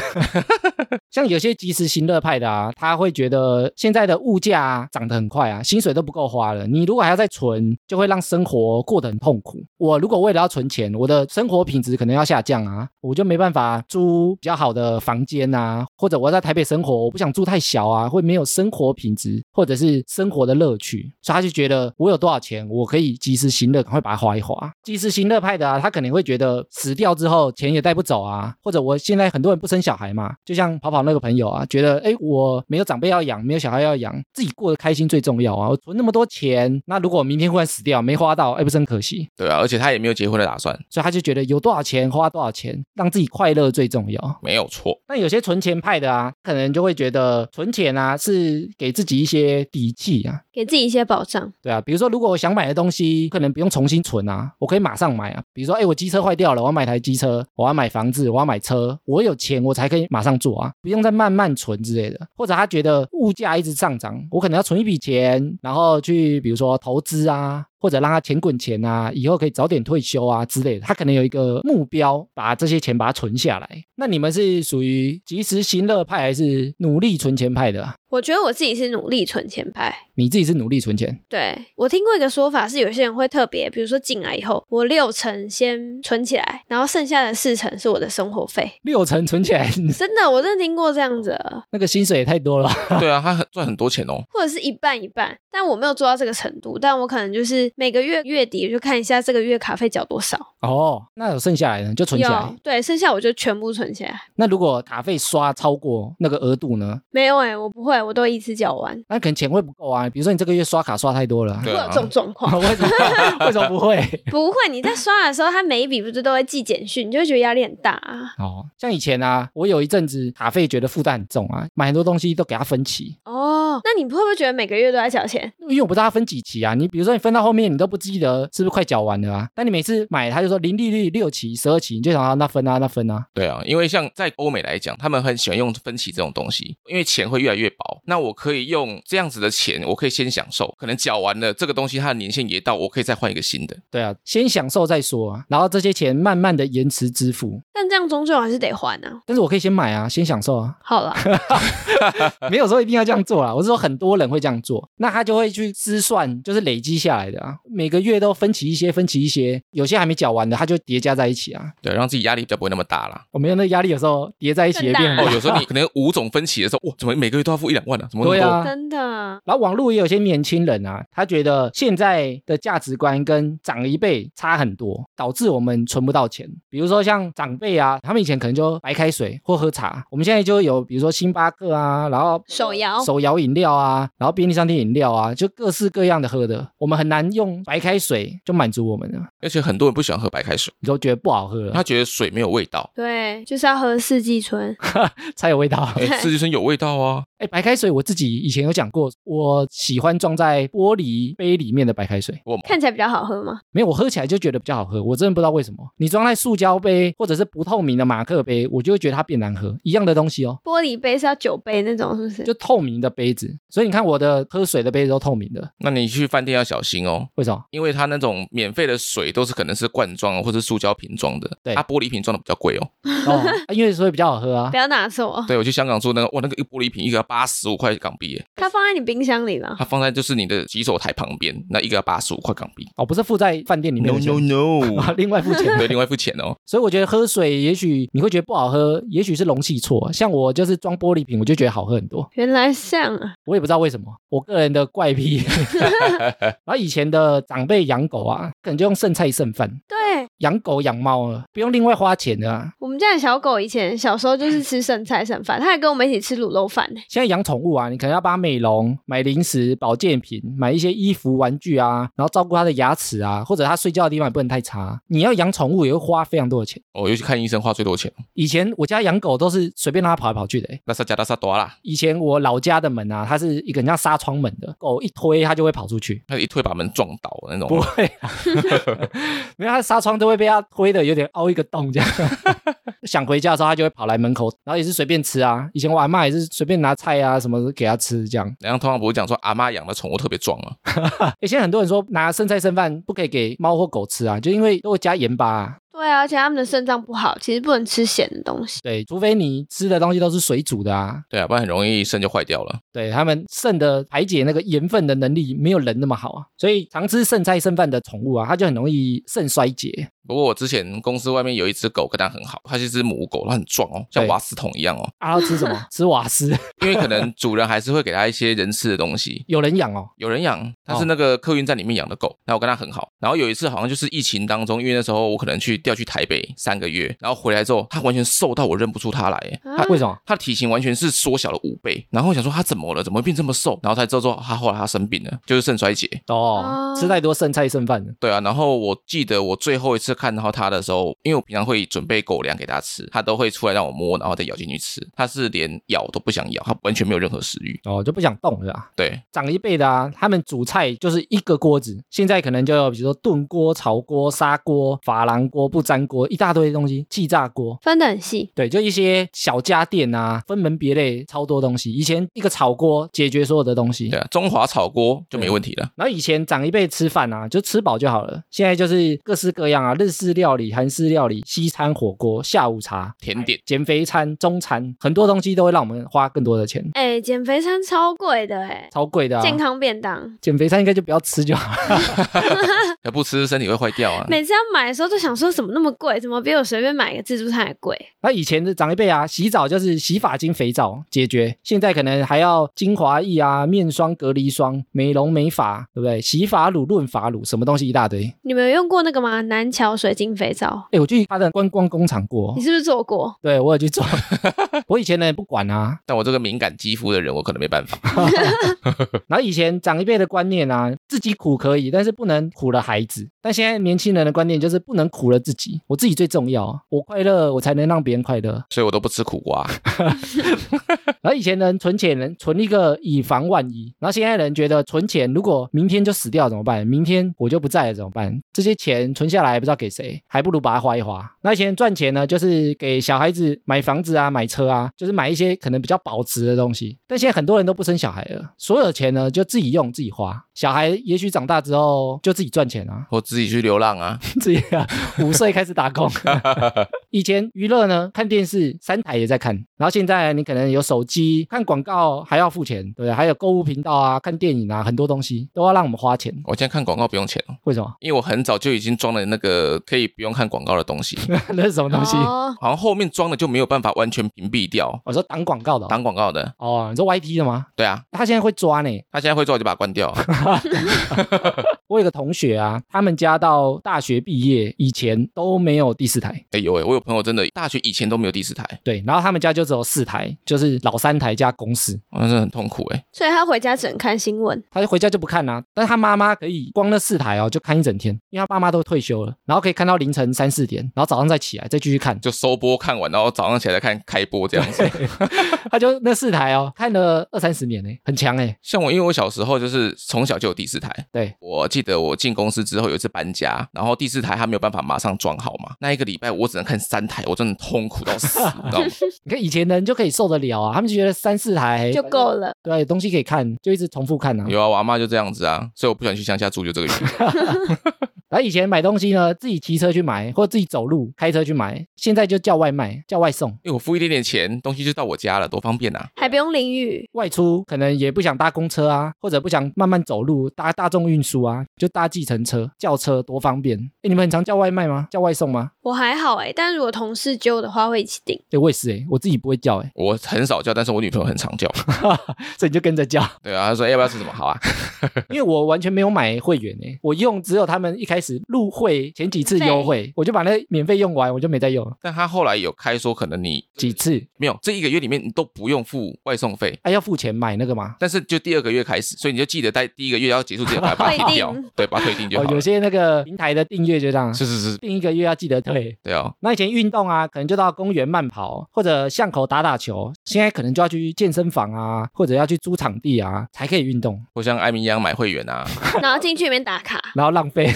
Speaker 1: 像有些及时行乐派的啊，他会觉得现在的物价、啊、涨得很快啊，薪水都不够花了，你如果还要再存，就会让生活过得很痛苦。我如果为了要存钱，我的生活品质可能要下降啊，我就没办法租比较好的房间啊，或者我要在台北生活，我不想住太小啊，会没有生活品质或者是生活的乐趣，所以他就觉得我有多少钱，我可以及时行乐，赶快把它花一花。及时行乐派的啊，他可能会觉得死掉之后钱也带不走啊，或者我现在很多人不生小孩嘛，就像跑跑那。那个朋友啊，觉得哎，诶我没有长辈要养，没有小孩要养，自己过得开心最重要啊。我存那么多钱，那如果我明天忽然死掉没花到，哎，不是很可惜？
Speaker 2: 对啊，而且他也没有结婚的打算，
Speaker 1: 所以他就觉得有多少钱花多少钱，让自己快乐最重要。
Speaker 2: 没有错。
Speaker 1: 那有些存钱派的啊，可能就会觉得存钱啊是给自己一些底气啊，
Speaker 3: 给自己一些保障。
Speaker 1: 对啊，比如说，如果我想买的东西，可能不用重新存啊，我可以马上买啊。比如说，哎，我机车坏掉了，我要买台机车，我要买房子，我要买车，我有钱我才可以马上做啊，不用再慢慢存之类的。或者他觉得物价一直上涨，我可能要存一笔钱，然后去比如说投资啊，或者让他钱滚钱啊，以后可以早点退休啊之类的。他可能有一个目标，把这些钱把它存下来。那你们是属于及时行乐派还是努力存钱派的啊？
Speaker 3: 我觉得我自己是努力存钱派。
Speaker 1: 你自己是努力存钱，
Speaker 3: 对我听过一个说法是，有些人会特别，比如说进来以后，我六成先存起来，然后剩下的四成是我的生活费。
Speaker 1: 六成存起来，
Speaker 3: 真的，我真的听过这样子的，
Speaker 1: 那个薪水也太多了吧。
Speaker 2: 对啊，他很赚很多钱哦。
Speaker 3: 或者是一半一半，但我没有做到这个程度，但我可能就是每个月月底就看一下这个月卡费缴多少，
Speaker 1: 哦，那有剩下来的就存起来
Speaker 3: 有。对，剩下我就全部存起来。
Speaker 1: 那如果卡费刷超过那个额度呢？
Speaker 3: 没有哎、我不会，我都一次缴完。
Speaker 1: 那可能钱会不够啊。比如说你这个月刷卡刷太多了啊、
Speaker 2: 对
Speaker 3: 会有这种状 况？
Speaker 1: 为什么为什么不会？
Speaker 3: 不会，你在刷的时候，他每一笔不是都会寄简讯，你就会觉得压力很大啊。
Speaker 1: 哦，像以前啊，我有一阵子卡费觉得负担很重啊，买很多东西都给他分期，
Speaker 3: 哦，那你会不会觉得每个月都在缴钱？
Speaker 1: 因为我不知道他分几期啊。你比如说你分到后面，你都不记得是不是快缴完了啊？但你每次买他就说零利率六期、十二期，你就想啊那分啊那分啊。
Speaker 2: 对啊，因为像在欧美来讲，他们很喜欢用分期这种东西，因为钱会越来越薄。那我可以用这样子的钱，我可以先享受，可能缴完了这个东西，它的年限也到，我可以再换一个新的。
Speaker 1: 对啊，先享受再说啊，然后这些钱慢慢的延迟支付，
Speaker 3: 但这样终究还是得还啊。
Speaker 1: 但是我可以先买啊，先享受啊。
Speaker 3: 好 啦，
Speaker 1: 没有说一定要这样做啦，我是说很多人会这样做，那他就会去计算，就是累积下来的啊，每个月都分期一些，分期一些，有些还没缴完的，他就叠加在一起啊。
Speaker 2: 对，让自己压力比较不会那么大 啦。
Speaker 1: 我没有那个压力，有时候叠在一起也变
Speaker 3: 更大
Speaker 2: 哦，
Speaker 1: 很
Speaker 2: 有时候你可能五种分期的时候，哇，怎么每个月都要付一两万呢、啊？怎么那么
Speaker 1: 对
Speaker 2: 多？
Speaker 1: 啊，
Speaker 3: 真的，
Speaker 1: 然后网络也有些年轻人啊，他觉得现在的价值观跟长一辈差很多，导致我们存不到钱。比如说像长辈啊，他们以前可能就白开水或喝茶，我们现在就有比如说星巴克啊，然后
Speaker 3: 手摇
Speaker 1: 手摇饮料啊，然后便利商店饮料啊，就各式各样的喝的，我们很难用白开水就满足我们了，
Speaker 2: 而且很多人不喜欢喝白开水，
Speaker 1: 你都觉得不好喝
Speaker 2: 他
Speaker 1: 了，
Speaker 2: 觉得水没有 味道。
Speaker 3: 对，就是要喝四季春。
Speaker 1: 才有味道。啊
Speaker 2: 哎，四季春有味道啊！
Speaker 1: 哎，白开水我自己以前有讲过，我喜欢装在玻璃杯里面的白开水。
Speaker 2: 我
Speaker 3: 看起来比较好喝吗？
Speaker 1: 没有，我喝起来就觉得比较好喝，我真的不知道为什么。你装在塑胶杯或者是不透明的马克杯，我就会觉得它变难喝，一样的东西哦，
Speaker 3: 玻璃杯是要酒杯那种，是不是？
Speaker 1: 就透明的杯子。所以你看我的喝水的杯子都透明的，
Speaker 2: 那你去饭店要小心哦，
Speaker 1: 为什么？
Speaker 2: 因为它那种免费的水都是可能是罐装啊或者塑胶瓶装的，
Speaker 1: 对
Speaker 2: 它玻璃瓶装的比较贵哦。
Speaker 1: 哦，啊因为所以比较好喝啊
Speaker 3: 不。要拿错，
Speaker 2: 对我去香港住那个，哇，那个一玻璃瓶一个要八十五块港币耶，
Speaker 3: 它放在你冰箱里了。
Speaker 2: 它放在就是你的洗手台旁边，那一个要八十五块港币。
Speaker 1: 哦，不是付在饭店里面
Speaker 2: No
Speaker 1: 的钱
Speaker 2: no
Speaker 1: 啊
Speaker 2: no，
Speaker 1: 另外付钱
Speaker 2: 对，另外付钱哦。
Speaker 1: 所以我觉得喝水，也许你会觉得不好喝，也许是容器错。像我就是装玻璃瓶，我就觉得好喝很多，
Speaker 3: 原来是这样啊！
Speaker 1: 我也不知道为什么，我个人的怪癖。 然后以前的长辈养狗啊，可能就用剩菜剩饭，
Speaker 3: 对
Speaker 1: 养狗养猫啊，不用另外花钱的啊。
Speaker 3: 我们家的小狗以前小时候就是吃剩菜剩饭，它还跟我们一起吃卤肉饭呢。
Speaker 1: 现在养宠物啊，你可能要帮它美容、买零食、保健品、买一些衣服、玩具啊，然后照顾它的牙齿啊，或者它睡觉的地方也不能太差。你要养宠物也会花非常多的钱。
Speaker 2: 哦，尤其看医生花最多钱，哦
Speaker 1: 以前我家养狗都是随便让它跑来跑去的、欸。
Speaker 2: 那萨加拉萨多啊啦，
Speaker 1: 以前我老家的门啊，它是一个很像纱窗门的，狗一推它就会跑出去。
Speaker 2: 那一推把门撞倒的那种。
Speaker 1: 不会啊， 没有，它的纱窗都会被它推的有点凹一个洞 这样。想回家的时候，它就会跑来门口，然后也是随便吃啊。以前我阿妈也是随便拿菜啊什么给它吃这样。
Speaker 2: 然后通常不会讲说阿妈养的宠物特别壮啊，
Speaker 1: 欸，现在很多人说拿剩菜剩饭不可以给猫或狗吃啊，就因为都会加盐巴、啊。
Speaker 3: 对啊，而且它们的肾脏不好，其实不能吃咸的东西。
Speaker 1: 对，除非你吃的东西都是水煮的啊。
Speaker 2: 对啊，不然很容易肾就坏掉了。
Speaker 1: 对他们肾的排解那个盐分的能力没有人那么好啊，所以常吃剩菜剩饭的宠物啊，它就很容易肾衰竭。
Speaker 2: 不过我之前公司外面有一只狗跟它很好，它是一只母狗，它很壮哦，像
Speaker 1: 对
Speaker 2: 瓦斯桶一样哦。
Speaker 1: 啊，要吃什么？吃瓦斯，
Speaker 2: 因为可能主人还是会给它一些人吃的东西。
Speaker 1: 有人养哦。
Speaker 2: 有人养，它是那个客运站里面养的狗，然后我跟它很好。然后有一次好像就是疫情当中，因为那时候我可能去调去台北三个月，然后回来之后，它完全瘦到我认不出它来，欸
Speaker 3: 啊
Speaker 2: 它
Speaker 1: 为什么？
Speaker 2: 它的体型完全是缩小了五倍。然后我想说它怎么了？怎么会变这么瘦？然后才知道说它后来它生病了，就是肾衰竭。
Speaker 1: 哦，
Speaker 3: 哦
Speaker 1: 吃太多剩菜剩饭了。
Speaker 2: 对啊，然后我记得我最后一次看到它的时候，因为我平常会准备狗粮给它吃，它都会出来让我摸，然后再咬进去吃。它是连咬都不想咬，它完全没有任何食欲。
Speaker 1: 哦，就不想动了啊。
Speaker 2: 对，
Speaker 1: 长一辈的啊，他们煮菜就是一个锅子，现在可能就有比如说炖锅、炒锅、砂锅、珐琅锅、不粘锅，一大堆东西，气炸锅。
Speaker 3: 分得很细，
Speaker 1: 对，就一些小家电啊，分门别类，超多东西。以前一个炒锅解决所有的东西
Speaker 2: 对，啊，中华炒锅就没问题了。
Speaker 1: 然后以前长一辈吃饭啊，就吃饱就好了。现在就是各式各样啊，日式料理、韩式料理、西餐、火锅、下午茶、
Speaker 2: 甜点
Speaker 1: 减肥餐、中餐，很多东西都会让我们花更多的钱，
Speaker 3: 哎、减肥餐超贵的哎、
Speaker 1: 超贵的、啊。
Speaker 3: 健康便当，
Speaker 1: 减肥餐应该就不要吃就好了。
Speaker 2: 那不吃身体会坏掉啊。
Speaker 3: 每次要买的时候就想说怎么那么贵，怎么比我随便买个自助餐还贵？
Speaker 1: 那以前的长一辈啊，洗澡就是洗发精、肥皂解决，现在可能还要精华液啊、面霜、隔离霜、美容美发，对不对？洗发乳、润发乳，什么东西一大堆。
Speaker 3: 你们有用过那个吗？南桥水晶肥皂，
Speaker 1: 哎，我去他的观光工厂过哦
Speaker 3: 你，是不是做过？
Speaker 1: 对我有去做。 我以前呢不管啊，
Speaker 2: 但我这个敏感肌肤的人，我可能没办法。
Speaker 1: 然后以前长一辈的观念啊，自己苦可以，但是不能苦了孩子。但现在年轻人的观念就是不能苦了自己，我自己最重要啊，我快乐我才能让别人快乐。
Speaker 2: 所以我都不吃苦瓜。
Speaker 1: 然后以前人存钱，人存一个以防万一。然后现在人觉得存钱，如果明天就死掉怎么办？明天我就不在了怎么办？这些钱存下来不知道给谁，还不如把它花一花。那以前赚钱呢，就是给小孩子买房子啊、买车啊，就是买一些可能比较保值的东西。但现在很多人都不生小孩了，所有的钱呢就自己用自己花。小孩也许长大之后就自己赚钱啊，
Speaker 2: 我自己去流浪啊，
Speaker 1: 自己啊五岁开始打工。以前娱乐呢，看电视三台也在看，然后现在你可能有手机看广告还要付钱，对不对？还有购物频道啊，看电影啊，很多东西都要让我们花钱。
Speaker 2: 我现在看广告不用钱哦，
Speaker 1: 为什么？
Speaker 2: 因为我很早就已经装了那个可以不用看广告的东西，
Speaker 1: 那是什么东西？
Speaker 3: 哦，
Speaker 2: 好像后面装的就没有办法完全屏蔽掉
Speaker 1: 我说挡广告的哦
Speaker 2: 挡广告的。
Speaker 1: 哦，你说 YT 的吗？
Speaker 2: 对啊，
Speaker 1: 他现在会抓呢。
Speaker 2: 他现在会做我就把它关掉。啊
Speaker 1: 我有个同学啊，他们家到大学毕业以前都没有第四台，
Speaker 2: 哎呦喂，我有朋友真的大学以前都没有第四台，
Speaker 1: 对，然后他们家就只有四台，就是老三台加公司。
Speaker 2: 我真的很痛苦哎。
Speaker 3: 所以他回家只能看新闻，
Speaker 1: 他就回家就不看啦、啊但是他妈妈可以光那四台哦，就看一整天，因为他爸妈都退休了，然后可以看到凌晨三四点，然后早上再起来再继续看，
Speaker 2: 就收播看完，然后早上起来再看开播这样子。
Speaker 1: 他就那四台哦，看了二三十年呢，很强哎，
Speaker 2: 像我，因为我小时候就是从小就有第四台。
Speaker 1: 对，
Speaker 2: 我记得我进公司之后有一次搬家，然后第四台它没有办法马上装好嘛，那一个礼拜我只能看三台，我真的痛苦到 死，你知道吗？
Speaker 1: 你看以前人就可以受得了啊，他们就觉得三四台
Speaker 3: 就够了。
Speaker 1: 对，有东西可以看，就一直重复看啊。
Speaker 2: 有啊，我阿妈就这样子啊，所以我不想去乡下住，就这个原因。
Speaker 1: 然后以前买东西呢，自己骑车去买，或者自己走路开车去买，现在就叫外卖，叫外送。
Speaker 2: 因为我付一点点钱，东西就到我家了，多方便啊！
Speaker 3: 还不用淋雨，
Speaker 1: 外出可能也不想搭公车啊，或者不想慢慢走路，搭大众运输啊，就搭计程车、轿车，多方便。哎，你们很常叫外卖吗？叫外送吗？
Speaker 3: 我还好哎、但如果同事揪的话，会一起订。
Speaker 1: 哎，我也是哎、我自己不会叫 哎、
Speaker 2: 我很少叫，但是我女朋友很 常叫。
Speaker 1: 所以你就跟着 叫，
Speaker 2: 对啊，她说、欸要不要吃什么？好啊，
Speaker 1: 因为我完全没有买会员哎、我用只有他们一开始入会前几次优惠，我就把那免费用完，我就没再用了
Speaker 2: 但她后来有开说，可能你
Speaker 1: 几次，
Speaker 2: 没有这一个月里面你都不用付外送费，
Speaker 1: 哎、要付钱买那个吗？
Speaker 2: 但是就第二个月开始，所以你就记得在第一个月要结束之前 把它
Speaker 3: 退订
Speaker 2: 退掉，对，把它退订就
Speaker 1: 哦
Speaker 2: 好，了。
Speaker 1: 有些那个平台的订阅就这样，
Speaker 2: 是是是，
Speaker 1: 订一个月要记得退。
Speaker 2: 对啊，
Speaker 1: 那以前运动啊，可能就到公园慢跑，或者巷口打打球。现在可能就要去健身房啊，或者要去租场地啊，才可以运动，
Speaker 2: 我像艾米一样买会员啊，
Speaker 3: 然后进去里面打卡，
Speaker 1: 然后浪费。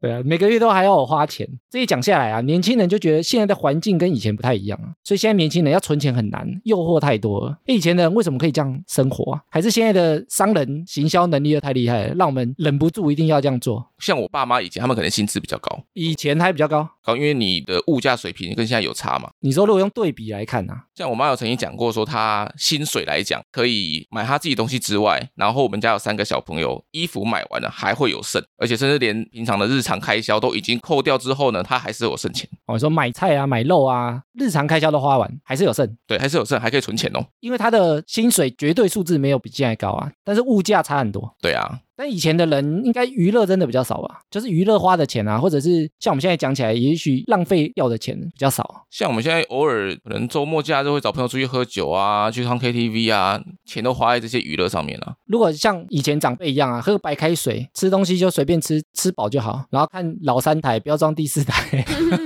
Speaker 1: 对啊，每个月都还要我花钱。这一讲下来啊，年轻人就觉得现在的环境跟以前不太一样啊，所以现在年轻人要存钱很难，诱惑太多了。以前的人为什么可以这样生活啊？还是现在的商人行销能力又太厉害了，让我们忍不住一定要这样做。
Speaker 2: 像我爸妈以前他们可能薪资比较高，
Speaker 1: 以前还比较高，
Speaker 2: 高因为你的物价水平跟现在有差嘛。
Speaker 1: 你说如果用对比来看啊，
Speaker 2: 像我妈有曾经讲过，说她薪水来讲可以买她自己东西之外，然后我们家有三个小朋友，衣服买完了还会有剩，而且甚至连平常的日常常开销都已经扣掉之后呢，他还是有剩钱，
Speaker 1: 我、哦、你说买菜啊、买肉啊，日常开销都花完，还是有剩。
Speaker 2: 对，还是有剩，还可以存钱哦。
Speaker 1: 因为他的薪水绝对数字没有比现在高啊，但是物价差很多。
Speaker 2: 对啊，
Speaker 1: 但以前的人应该娱乐真的比较少吧，就是娱乐花的钱啊，或者是像我们现在讲起来，也许浪费掉的钱比较少。
Speaker 2: 像我们现在偶尔可能周末假日会找朋友出去喝酒啊，去唱 KTV 啊，钱都花在这些娱乐上面了、。
Speaker 1: 如果像以前长辈一样啊，喝白开水，吃东西就随便吃，吃饱就好，然后看老三台，不要装第四台，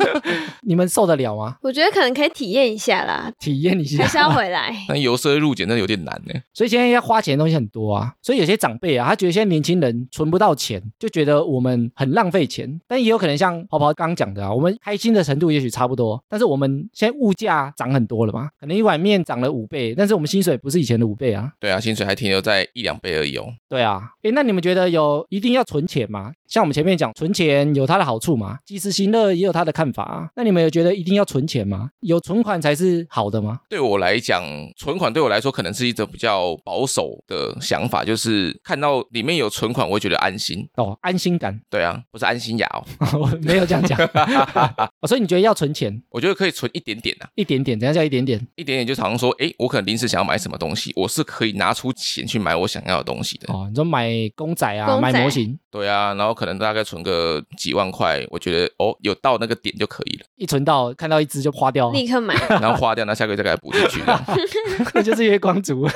Speaker 1: 你们受得了吗？
Speaker 3: 我觉得可能可以体验一下啦，
Speaker 1: 体验一
Speaker 3: 还
Speaker 1: 下。
Speaker 3: 是要回来
Speaker 2: 但由奢入俭真的有点难呢。
Speaker 1: 所以现在要花钱的东西很多啊，所以有些长辈啊，他觉得现在年轻人存不到钱，就觉得我们很浪费钱。但也有可能像跑跑刚讲的啊，我们开心的程度也许差不多，但是我们现在物价涨很多了嘛，可能一碗面涨了五倍，但是我们薪水不是以前的五倍啊。
Speaker 2: 对啊，薪水还停留在一两倍而已哦。
Speaker 1: 对啊，诶，那你们觉得有一定要存钱吗？像我们前面讲，存钱有它的好处嘛，及时行乐也有它的看法啊。那你们有觉得一定要存钱吗？有存款才是好的吗？
Speaker 2: 对我来讲，存款对我来说可能是一种比较保守的想法，就是看到里面有存款，我会觉得安心。
Speaker 1: 哦，安心感，
Speaker 2: 对啊，不是安心雅哦，
Speaker 1: 我没有这样讲、哦所以你觉得要存钱
Speaker 2: 我觉得可以存一点点啊，
Speaker 1: 一点点，怎样叫一点点？
Speaker 2: 一点点就常常说，诶，我可能临时想要买什么东西，我是可以拿出钱去买我想要的东西的。
Speaker 1: 哦，你说买公仔啊，
Speaker 3: 公仔
Speaker 1: 买模型，
Speaker 2: 对啊，然后可能大概存个几万块，我觉得哦，有到那个点就可以了，
Speaker 1: 一存到看到一只就花掉，
Speaker 3: 立刻买，
Speaker 2: 然后花掉，那下个月再给它补进去这样，
Speaker 1: 那就是月光 族。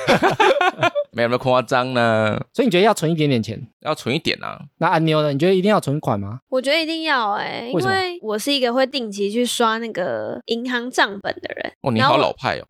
Speaker 2: 没有那么夸张呢，
Speaker 1: 所以你觉得要存一点点钱？
Speaker 2: 要存一点啊。
Speaker 1: 那安妞呢？你觉得一定要存款吗？
Speaker 3: 我觉得一定要哎、
Speaker 1: 为
Speaker 3: 因
Speaker 1: 什么
Speaker 3: 为我是一个会定期去刷那个银行账本的人。
Speaker 2: 哦，你
Speaker 3: 然后
Speaker 2: 好
Speaker 3: 我
Speaker 2: 老派哦，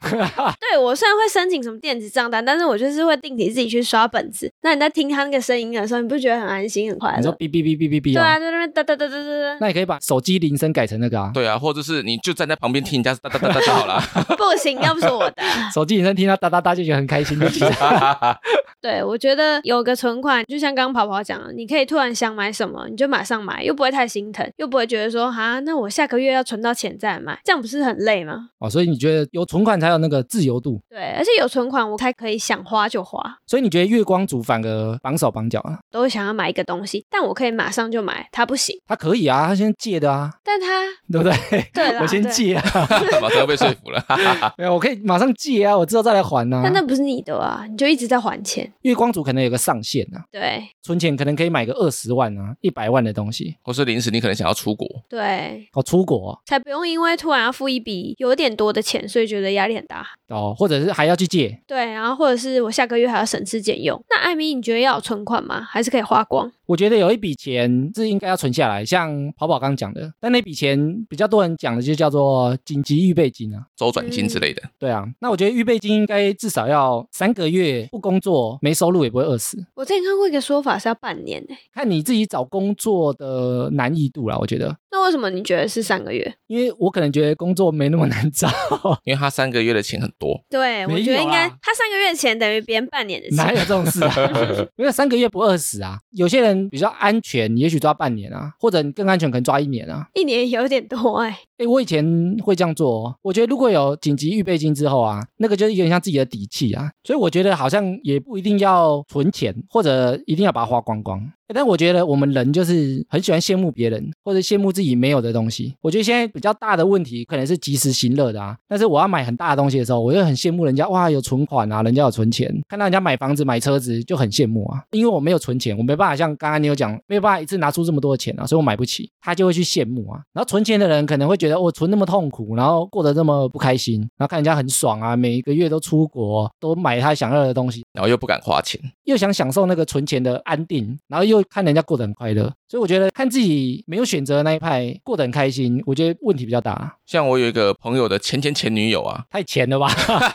Speaker 3: 对我虽然会申请什么电子账单，但是我就是会定期自己去刷本子。那你在听他那个声音的时候，你不觉得很安心、很快
Speaker 1: 你
Speaker 3: 乐
Speaker 1: 说？哔哔哔哔哔哔
Speaker 3: 对啊，
Speaker 1: 哦。
Speaker 3: 在那边哒哒哒哒哒
Speaker 1: 那你可以把手机铃声改成那个啊，
Speaker 2: 对啊，或者是你就站在旁边听人家哒哒哒哒就好了。
Speaker 3: 哒，不行，要不是 我的。
Speaker 1: 手机铃声听到哒哒哒就觉得很开心，就起 来。
Speaker 3: 对，我觉得有个存款，就像刚刚跑跑讲的，你可以突然想买什么，你就马上买，又不会太心疼，又不会觉得说哈，那我下个月要存到钱再买，这样不是很累吗？
Speaker 1: 哦，所以你觉得有存款才有那个自由度，
Speaker 3: 对，而且有存款，我才可以想花就花，
Speaker 1: 所以你觉得月光族反而绑手绑脚啊？
Speaker 3: 都会想要买一个东西，但我可以马上就买，他不行，
Speaker 1: 他可以啊，他先借的 啊，
Speaker 3: 但他
Speaker 1: 对不对？
Speaker 3: 对啦，
Speaker 1: 我先
Speaker 3: 对，
Speaker 1: 借啊，
Speaker 2: 马上要被说服了。
Speaker 1: 没有，我可以马上借啊，我之后再来还啊
Speaker 3: 但。那不是你的啊，你就一直在还钱，
Speaker 1: 月光族可能有个上限啊，
Speaker 3: 对
Speaker 1: 存钱可能可以买个二十万啊、一百万的东西。
Speaker 2: 或是临时你可能想要出国，
Speaker 3: 对，
Speaker 1: 哦，出国哦
Speaker 3: 才不用因为突然要付一笔有点多的钱，所以觉得压力很大。
Speaker 1: 哦，或者是还要去借，
Speaker 3: 对，然后或者是我下个月还要省吃俭用。那艾米，你觉得要有存款吗？还是可以花光？
Speaker 1: 我觉得有一笔钱是应该要存下来，像跑跑刚刚讲的，但那笔钱比较多人讲的就叫做紧急预备金啊。
Speaker 2: 周转金之类的。
Speaker 1: 对啊，那我觉得预备金应该至少要三个月不工作，没收入也不会饿死。
Speaker 3: 我之前看过一个说法是要半年欸呢、
Speaker 1: 看你自己找工作的难易度啦，我觉得，
Speaker 3: 那为什么你觉得是三个月？
Speaker 1: 因为我可能觉得工作没那么难找，
Speaker 2: 因为他三个月的钱很多，
Speaker 3: 对，我
Speaker 1: 没
Speaker 3: 觉得
Speaker 1: 有
Speaker 3: 应该
Speaker 1: 啦
Speaker 3: 他三个月前等于别人半年的
Speaker 1: 哪
Speaker 3: 钱。
Speaker 1: 有这种事啊？ 因为三个月不饿死啊。有些人比较安全，也许抓半年啊，或者你更安全可能抓一年啊。
Speaker 3: 一年有点多哎、
Speaker 1: 诶，我以前会这样做、哦。我觉得如果有紧急预备金之后啊，那个就是有点像自己的底气啊。所以我觉得好像也不一定要存钱，或者一定要把它花光光。诶但我觉得我们人就是很喜欢羡慕别人，或者羡慕自己没有的东西。我觉得现在比较大的问题可能是及时行乐的啊。但是我要买很大的东西的时候，我就很羡慕人家哇有存款啊，人家有存钱，看到人家买房子、买车子就很羡慕啊。因为我没有存钱，我没办法像刚刚你有讲，没有办法一次拿出这么多的钱啊，所以我买不起，他就会去羡慕啊。然后存钱的人可能会觉得我、哦存那么痛苦，然后过得这么不开心，然后看人家很爽啊，每一个月都出国，都买他想要的东西，
Speaker 2: 然后又不敢花钱，
Speaker 1: 又想享受那个存钱的安定，然后又看人家过得很快乐，所以我觉得看自己没有选择的那一派过得很开心，我觉得问题比较大，
Speaker 2: 像我有一个朋友的前前前女友啊，
Speaker 1: 太钱了吧？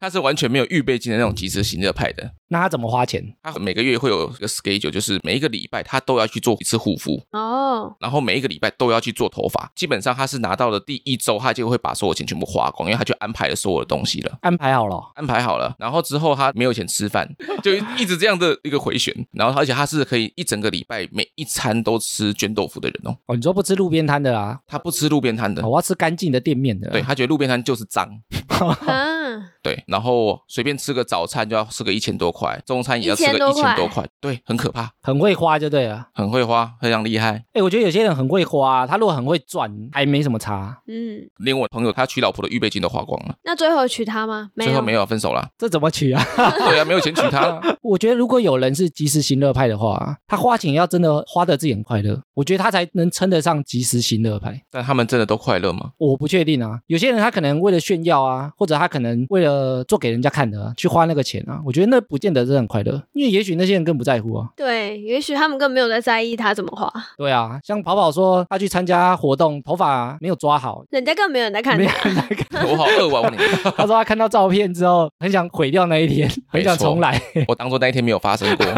Speaker 2: 她是完全没有预备金的那种及时行乐派的。
Speaker 1: 那他怎么花钱？
Speaker 2: 她每个月会有一个 schedule，就是每一个礼拜她都要去做一次护肤，
Speaker 3: 哦，
Speaker 2: 然后每一个礼拜都要去做头发。基本上她是拿到了第一周，她就会把所有钱全部花光，因为她就安排了所有的东西了。
Speaker 1: 安排好了哦、
Speaker 2: 安排好了，然后之后她没有钱吃饭，就一直这样的一个回旋。然后而且她是可以一整个礼拜每一餐都吃卷豆腐的人哦，
Speaker 1: 哦，你说不吃路边摊的啦、啊
Speaker 2: 她不吃路边摊的
Speaker 1: 哦，我要吃干净的店面的。哦
Speaker 2: 对，他觉得路边摊就是脏，
Speaker 3: 啊，嗯，
Speaker 2: 对，然后随便吃个早餐就要吃个一千多块，中餐也要吃
Speaker 3: 1000
Speaker 2: 个
Speaker 3: 多
Speaker 2: 一千
Speaker 3: 块
Speaker 2: 多块，对，很可怕，
Speaker 1: 很会花就对了。
Speaker 2: 很会花，非常厉害。
Speaker 1: 哎，我觉得有些人很会花，啊他如果很会赚，还没什么差。
Speaker 3: 嗯，
Speaker 2: 连我朋友他娶老婆的预备金都花光了，
Speaker 3: 那最后娶她吗？没
Speaker 2: 最后
Speaker 3: 有，
Speaker 2: 没有分手 了。
Speaker 1: 这怎么取啊？
Speaker 2: 对啊，没有钱娶她了。
Speaker 1: 我觉得如果有人是及时行乐派的话，他花钱要真的花得自己很快乐，我觉得他才能称得上及时行乐派。
Speaker 2: 但他们真的都快乐 吗？
Speaker 1: 我不确定啊，有些人他可能为了炫耀啊，或者他可能为了做给人家看的、啊，去花那个钱啊，我觉得那不见得真的很快乐，因为也许那些人更不在乎啊。
Speaker 3: 对，也许他们根本没有在在意她怎么花，
Speaker 1: 对啊，像跑跑说他去参加活动，头发没有抓好，
Speaker 3: 人家根本没有人在看
Speaker 1: 没有
Speaker 3: 她。
Speaker 1: 人在看。
Speaker 2: 我好饿啊！我跟你讲
Speaker 1: 他说他看到照片之后，很想毁掉那一天，很想重来。
Speaker 2: 我当做那一天没有发生过。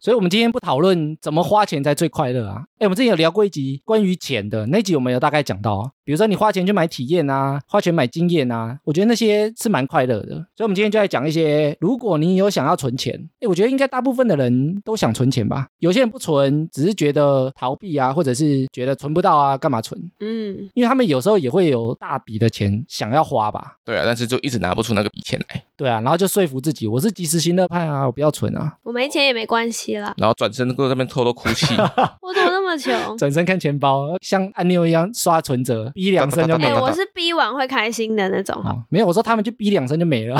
Speaker 1: 所以，我们今天不讨论怎么花钱才最快乐啊。哎，我们之前有聊过一集关于钱的，那一集我们有大概讲到啊，比如说你花钱去买体验啊，花钱买经验啊，我觉得那些是蛮快乐的。所以，我们今天就来讲一些，如果你有想要存钱，哎，我觉得应该大部分的人都想存钱吧。有些人不存，只是觉得逃避啊，或者是觉得存不到啊，干嘛存？
Speaker 3: 嗯，
Speaker 1: 因为他们有时候也会有大笔的钱想要花吧。
Speaker 2: 对啊，但是就一直拿不出那个笔钱来，
Speaker 1: 对啊，然后就说服自己，我是及时行乐派啊，我不要存啊，
Speaker 3: 我没钱也没关系啦，
Speaker 2: 然后转身过那边偷偷哭
Speaker 1: ？
Speaker 2: 泣。
Speaker 3: 我怎么那么穷
Speaker 1: 转身看钱包，像按钮一样刷存折，逼两声就没
Speaker 3: 哎、
Speaker 1: 了。
Speaker 3: 我是逼完会开心的那种，
Speaker 1: 哦没有，我说他们就逼两声就没了，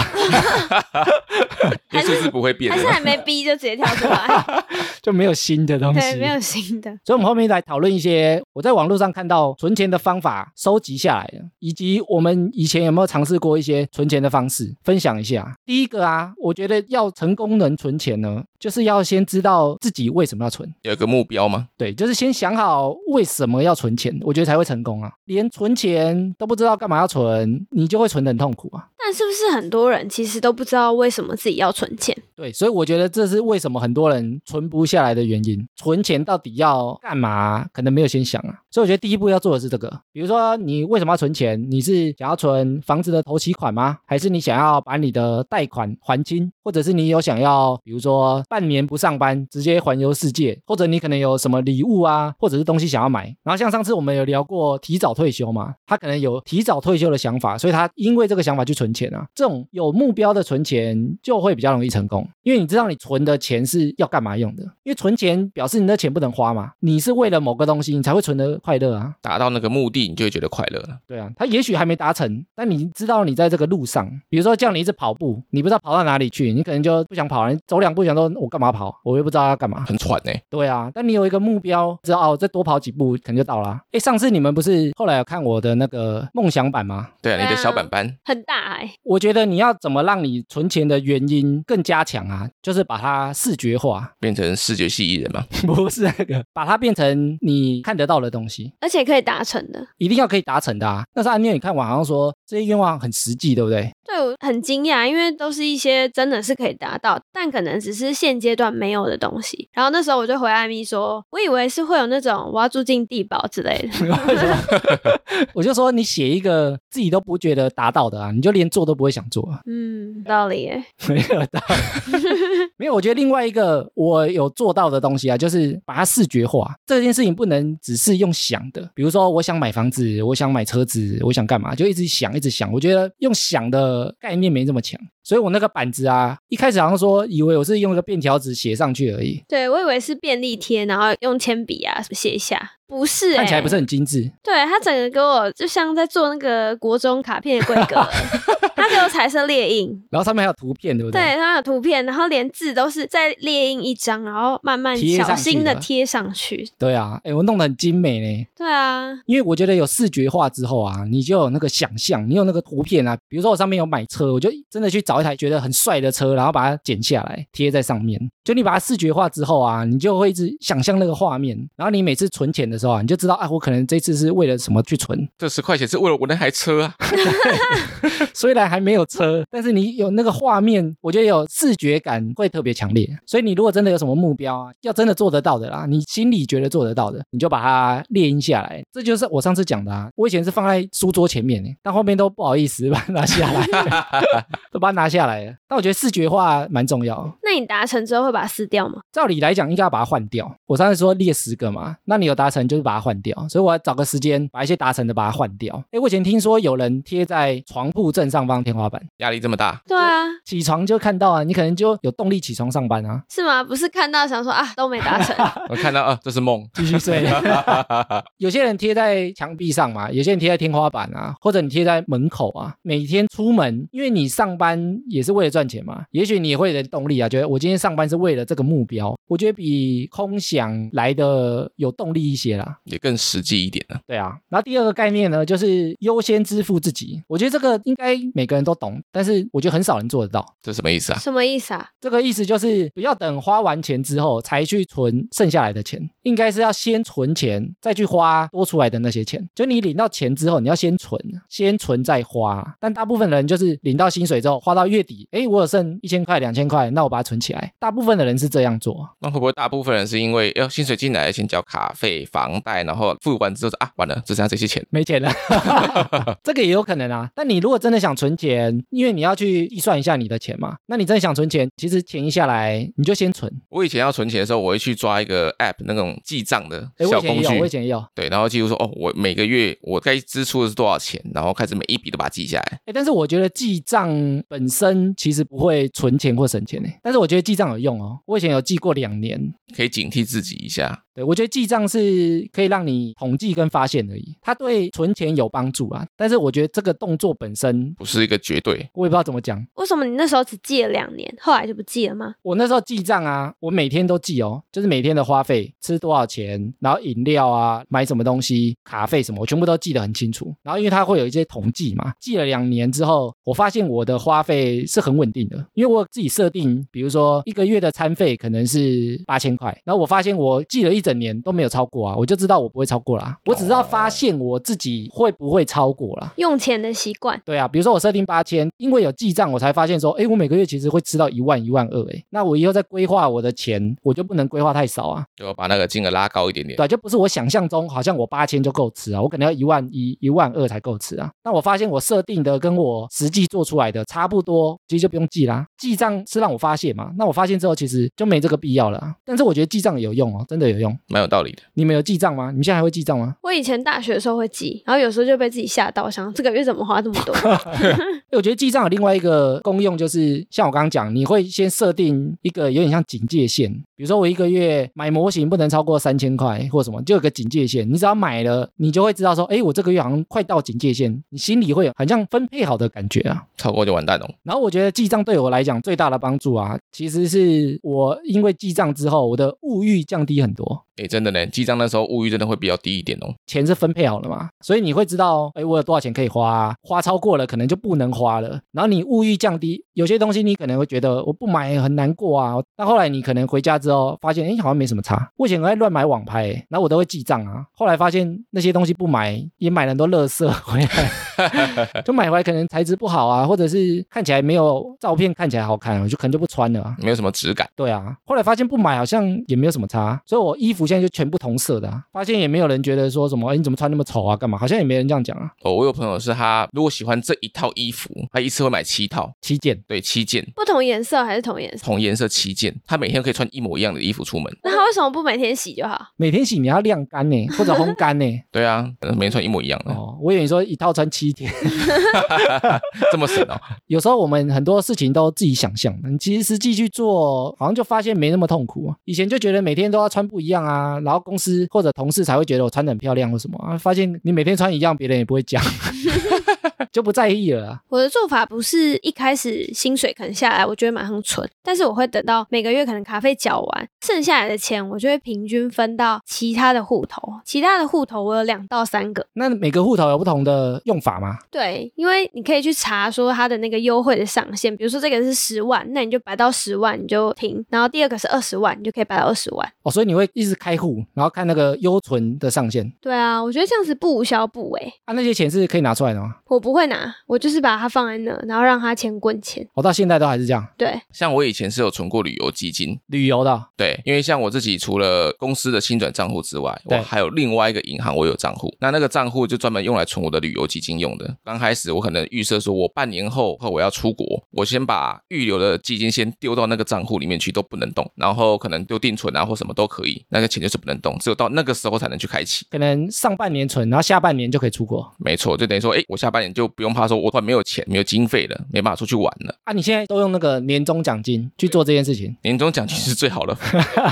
Speaker 2: 因为数字不会变
Speaker 3: 还
Speaker 2: 的
Speaker 3: 是
Speaker 2: 嘛。
Speaker 3: 还没逼就直接跳出 来？
Speaker 1: 就没有新的东
Speaker 3: 对，
Speaker 1: 西
Speaker 3: 没。有新的。
Speaker 1: 所以，我们后面来讨论一些我在网络上看到存钱的方法收集下来的，以及我们以前有没有尝试过一些存钱的方式，分享一下。第一个啊，我觉得要成功能存钱呢，就是要先知道自己为什么要存。
Speaker 2: 有一个目标吗？
Speaker 1: 对，就是先想好为什么要存钱，我觉得才会成功啊。连存钱都不知道干嘛要存，你就会存得很痛苦啊。
Speaker 3: 但是不是很多人其实都不知道为什么自己要存钱？
Speaker 1: 对，所以我觉得这是为什么很多人存不下来的原因。存钱到底要干嘛？可能没有先想啊。所以我觉得第一步要做的是这个，比如说你为什么要存钱？你是想要存房子的头期款吗？还是你想要把你的贷款还清？或者是你有想要，比如说半年不上班，直接环游世界？或者你可能有什么礼物啊，或者是东西想要买？然后像上次我们有聊过提早退休嘛，他可能有呃提早退休的想法，所以他因为这个想法去存钱啊。这种有目标的存钱就会比较容易成功，因为你知道你存的钱是要干嘛用的。因为存钱表示你的钱不能花嘛，你是为了某个东西你才会存的快乐啊。
Speaker 2: 达到那个目的，你就会觉得快乐了。
Speaker 1: 对啊，他也许还没达成，但你知道你在这个路上，比如说叫你一直跑步，你不知道跑到哪里去，你可能就不想跑了，你走两步想说我干嘛跑，我又不知道要干嘛。
Speaker 2: 很喘呢、
Speaker 1: 对啊，但你有一个目标，知道哦，再多跑几步可能就到啦。哎，上次你们不是后来有看我的那个梦想版吗？
Speaker 2: 对啊，
Speaker 3: 对啊
Speaker 2: 你的小板板，
Speaker 3: 很大哎、
Speaker 1: 我觉得你要怎么让你存钱的原因更加强啊，就是把它视觉化，
Speaker 2: 变成视觉系艺人嘛，
Speaker 1: 不是那个，把它变成你看得到的东西，
Speaker 3: 而且可以达成的。
Speaker 1: 一定要可以达成的啊。那是按钮，你看我好像说这些愿望很实际，对不对？
Speaker 3: 对我很惊讶，因为都是一些真的是可以达到，但可能只是现阶段没有的东西。然后那时候我就回艾米说，我以为是会有那种我要住进地堡 之类的。
Speaker 1: 我就说你写一个自己都不觉得达到的啊，你就连做都不会想做啊。
Speaker 3: 嗯，有道理耶。
Speaker 1: 没有到，没有。我觉得另外一个我有做到的东西啊，就是把它视觉化。这件事情不能只是用想的，比如说我想买房子，我想买车子，我想干嘛，就一直想，一直想。我觉得用想的概念没这么强，所以我那个板子啊，一开始好像说以为我是用一个便条纸写上去而已，
Speaker 3: 对我以为是便利贴，然后用铅笔啊写一下，不是、欸，
Speaker 1: 看起来不是。很精致。
Speaker 3: 对他整个给我就像在做那个国中卡片的规 格，他给我彩色列印，
Speaker 1: 然后上面还有图片，对不
Speaker 3: 对，它有图片，然后连字都是在列印一张，然后慢慢
Speaker 1: 贴上去
Speaker 3: 小心的
Speaker 1: 的
Speaker 3: 贴上去。
Speaker 1: 对啊，哎，我弄得很精美呢。
Speaker 3: 对啊，
Speaker 1: 因为我觉得有视觉化之后啊，你就有那个想象，你有那个图片啊。比如说我上面有买车，我就真的去找一台觉得很帅的车，然后把它剪下来贴在上面。就你把它视觉化之后啊，你就会一直想象那个画面。然后你每次存钱的时候啊，你就知道啊，我可能这次是为了什么去存。
Speaker 2: 这十块钱是为了我那台车啊。
Speaker 1: 虽然还没有车，但是你有那个画面，我觉得有视觉感会特别强烈。所以你如果真的有什么目标啊，要真的做得到的啦，你心里觉得做得到的，你就把它列印下来。这就是我上次讲的啊，我以前是放在书桌前面的，欸但后面都不好意思把它拿下来，都把它拿下来了。但我觉得视觉化蛮重要。
Speaker 3: 那你达成之后会把它撕掉吗？
Speaker 1: 照理来讲，应该要把它换掉。我上次说列十个嘛，那你有达成就是把它换掉，所以我要找个时间把一些达成的把它换掉。诶，我以前听说有人贴在床铺正上方放天花板，
Speaker 2: 压力这么大，
Speaker 3: 对啊，
Speaker 1: 起床就看到啊，你可能就有动力起床上班 啊，
Speaker 3: 是吗？不是看到想说啊，都没达成，
Speaker 2: 我看到啊，这是梦。
Speaker 1: 继续睡。有些人贴在墙壁上嘛，有些人贴在天花板啊，或者你贴在门口啊。每天出门，因为你上班也是为了赚钱嘛，也许你也会有点动力啊，觉得我今天上班是为了这个目标，我觉得比空想来的有动力一些啦。
Speaker 2: 也更实际一点了。
Speaker 1: 对啊，然后第二个概念呢，就是优先支付自己。我觉得这个应该每个人都懂，但是我觉得很少人做得到。
Speaker 2: 这什么意思啊？
Speaker 3: 什么意思啊？
Speaker 1: 这个意思就是不要等花完钱之后才去存剩下来的钱，应该是要先存钱，再去花多出来的那些钱。就你领到钱之后，你要先存，先存再花。啊但大部分人就是领到薪水之后，花到月底，诶，我有剩一千块、两千块，那我把它存起来。大部分的人是这样做，
Speaker 2: 那会不会大部分人是因为要薪水进来先交卡费、房贷，然后付完之后说啊，完了只剩下这些钱，
Speaker 1: 没钱 了，这个也有可能啊。但你如果真的想存钱，因为你要去计算一下你的钱嘛，那你真的想存钱，其实钱一下来你就先存。
Speaker 2: 我以前要存钱的时候，我会去抓一个 app 那种记账的
Speaker 1: 诶，我
Speaker 2: 小
Speaker 1: 以前也
Speaker 2: 工
Speaker 1: 有，我以
Speaker 2: 具，
Speaker 1: 前也有。
Speaker 2: 对，然后记录说哦，我每个月我该支出的是多少钱，然后开始每一笔都把它记下来。
Speaker 1: 哎，但是我觉得记账本身其实不会存钱或省钱诶，但是我觉得记账有用哦。我以前有记过两年，
Speaker 2: 可以警惕自己一下。
Speaker 1: 对我觉得记账是可以让你统计跟发现而已，它对存钱有帮助啊。但是我觉得这个动作本身，
Speaker 2: 不是一个绝对，
Speaker 1: 我也不知道怎么讲。
Speaker 3: 为什么你那时候只记了两年，后来就不记了吗？
Speaker 1: 我那时候记账啊，我每天都记哦，就是每天的花费，吃多少钱，然后饮料啊，买什么东西，卡费什么，我全部都记得很清楚。然后因为它会有一些统计嘛，记了两年之后，我发现我的花费是很稳定的，因为我自己设定，比如说一个月的餐费可能是八千块，然后我发现我记了一整年都没有超过啊，我就知道我不会超过啦，我只知道发现我自己会不会超过啦。
Speaker 3: 用钱的习惯，
Speaker 1: 对啊，比如说我设定八千，因为有记账，我才发现说，哎，我每个月其实会吃到一万、一万二，哎，那我以后在规划我的钱，我就不能规划太少啊，
Speaker 2: 就要把那个金额拉高一点点
Speaker 1: 对。啊，就不是我想象中好像我八千就够吃啊，我可能要一万一、一万二才够吃啊。那我发现我设定的跟我实际做出来的差不多，其实就不用记啦。记账是让我发现嘛，那我发现之后其实就没这个必要了啊、但是我觉得记账有用哦，真的有用。
Speaker 2: 蛮有道理的。
Speaker 1: 你们有记账吗？你们现在还会记账吗？
Speaker 3: 我以前大学的时候会记，然后有时候就被自己吓到，想这个月怎么花 这么多？
Speaker 1: 欸我觉得记账有另外一个功用，就是像我刚刚讲，你会先设定一个有点像警戒线，比如说我一个月买模型不能超过三千块或什么，就有个警戒线。你只要买了，你就会知道说，哎，我这个月好像快到警戒线，你心里会有很像分配好的感觉啊。
Speaker 2: 超过就完蛋了。
Speaker 1: 然后我觉得记账对我来讲最大的帮助啊，其实是我因为记账之后，我的物欲降低很多。
Speaker 2: 哎，真的呢，记账那时候物欲真的会比较低一点哦。
Speaker 1: 钱是分配好了嘛，所以你会知道，哎，我有多少钱可以花啊、花超过了可能就不能花了。然后你物欲降低，有些东西你可能会觉得我不买很难过啊。但后来你可能回家之后发现，哎，好像没什么差。我以前很爱乱买网拍、欸然后我都会记账啊。后来发现那些东西不买，也买了很多垃圾回来， 就买回来可能材质不好啊，或者是看起来没有照片看起来好看，我就可能就不穿了啊。
Speaker 2: 没有什么质感，
Speaker 1: 对啊，后来发现不买好像也没有什么差，所以我衣服现在就全部同色的、啊，发现也没有人觉得说什么，哎，你怎么穿那么丑啊，干嘛？好像也没人这样讲啊，
Speaker 2: 哦，我有朋友是他如果喜欢这一套衣服，他一次会买七套，
Speaker 1: 旗舰。
Speaker 2: 对，七件，
Speaker 3: 不同颜色还是同颜色？
Speaker 2: 同颜色七件，他每天可以穿一模一样的衣服出门。。
Speaker 3: 那他为什么不每天洗就好？
Speaker 1: 每天洗你要晾干呢，或者烘干呢
Speaker 2: 对啊，每天穿一模一样的，
Speaker 1: 哦，我以为你说一套穿七天，
Speaker 2: 这么省哦。
Speaker 1: 有时候我们很多事情都自己想象，你其实实际去做，好像就发现没那么痛苦啊。以前就觉得每天都要穿不一样啊，然后公司或者同事才会觉得我穿的很漂亮或什么啊，发现你每天穿一样，别人也不会讲， 就不在意了啊。
Speaker 3: 我的做法不是一开始薪水可能下来，我就会马上存，但是我会等到每个月可能卡费缴完，剩下来的钱我就会平均分到其他的户头。其他的户头我有两到三个，
Speaker 1: 那每个户头有不同的用法吗？
Speaker 3: 对，因为你可以去查说它的那个优惠的上限，比如说这个是十万，那你就摆到十万你就停，然后第二个是二十万，你就可以摆到二十万。
Speaker 1: 哦，所以你会一直开户，然后看那个优存的上限，
Speaker 3: 对啊，我觉得这样子不无小补诶、
Speaker 1: 啊，那些钱是可以拿出来的吗？
Speaker 3: 我不会拿，我就是把它放在那，然后让它钱滚钱。
Speaker 1: 我、哦到现在都还是这样，
Speaker 3: 对，
Speaker 2: 像我以前是有存过旅游基金，
Speaker 1: 旅游的哦
Speaker 2: 对，因为像我自己除了公司的薪转账户之外，我
Speaker 1: 对
Speaker 2: 还有另外一个银行，我有账户。那那个账户就专门用来存我的旅游基金用的。刚开始我可能预设说，我半年后或我要出国，我先把预留的基金先丢到那个账户里面去，都不能动。然后可能丢定存啊或什么都可以，那个钱就是不能动，只有到那个时候才能去开启。
Speaker 1: 可能上半年存，然后下半年就可以出国。
Speaker 2: 没错，就等于说，哎，我下半年就不用怕说我突然没有钱、没有经费了，没办法出去玩了。
Speaker 1: 啊，你现在都用那个年终奖金去做这件事情，
Speaker 2: 年终奖金是最好的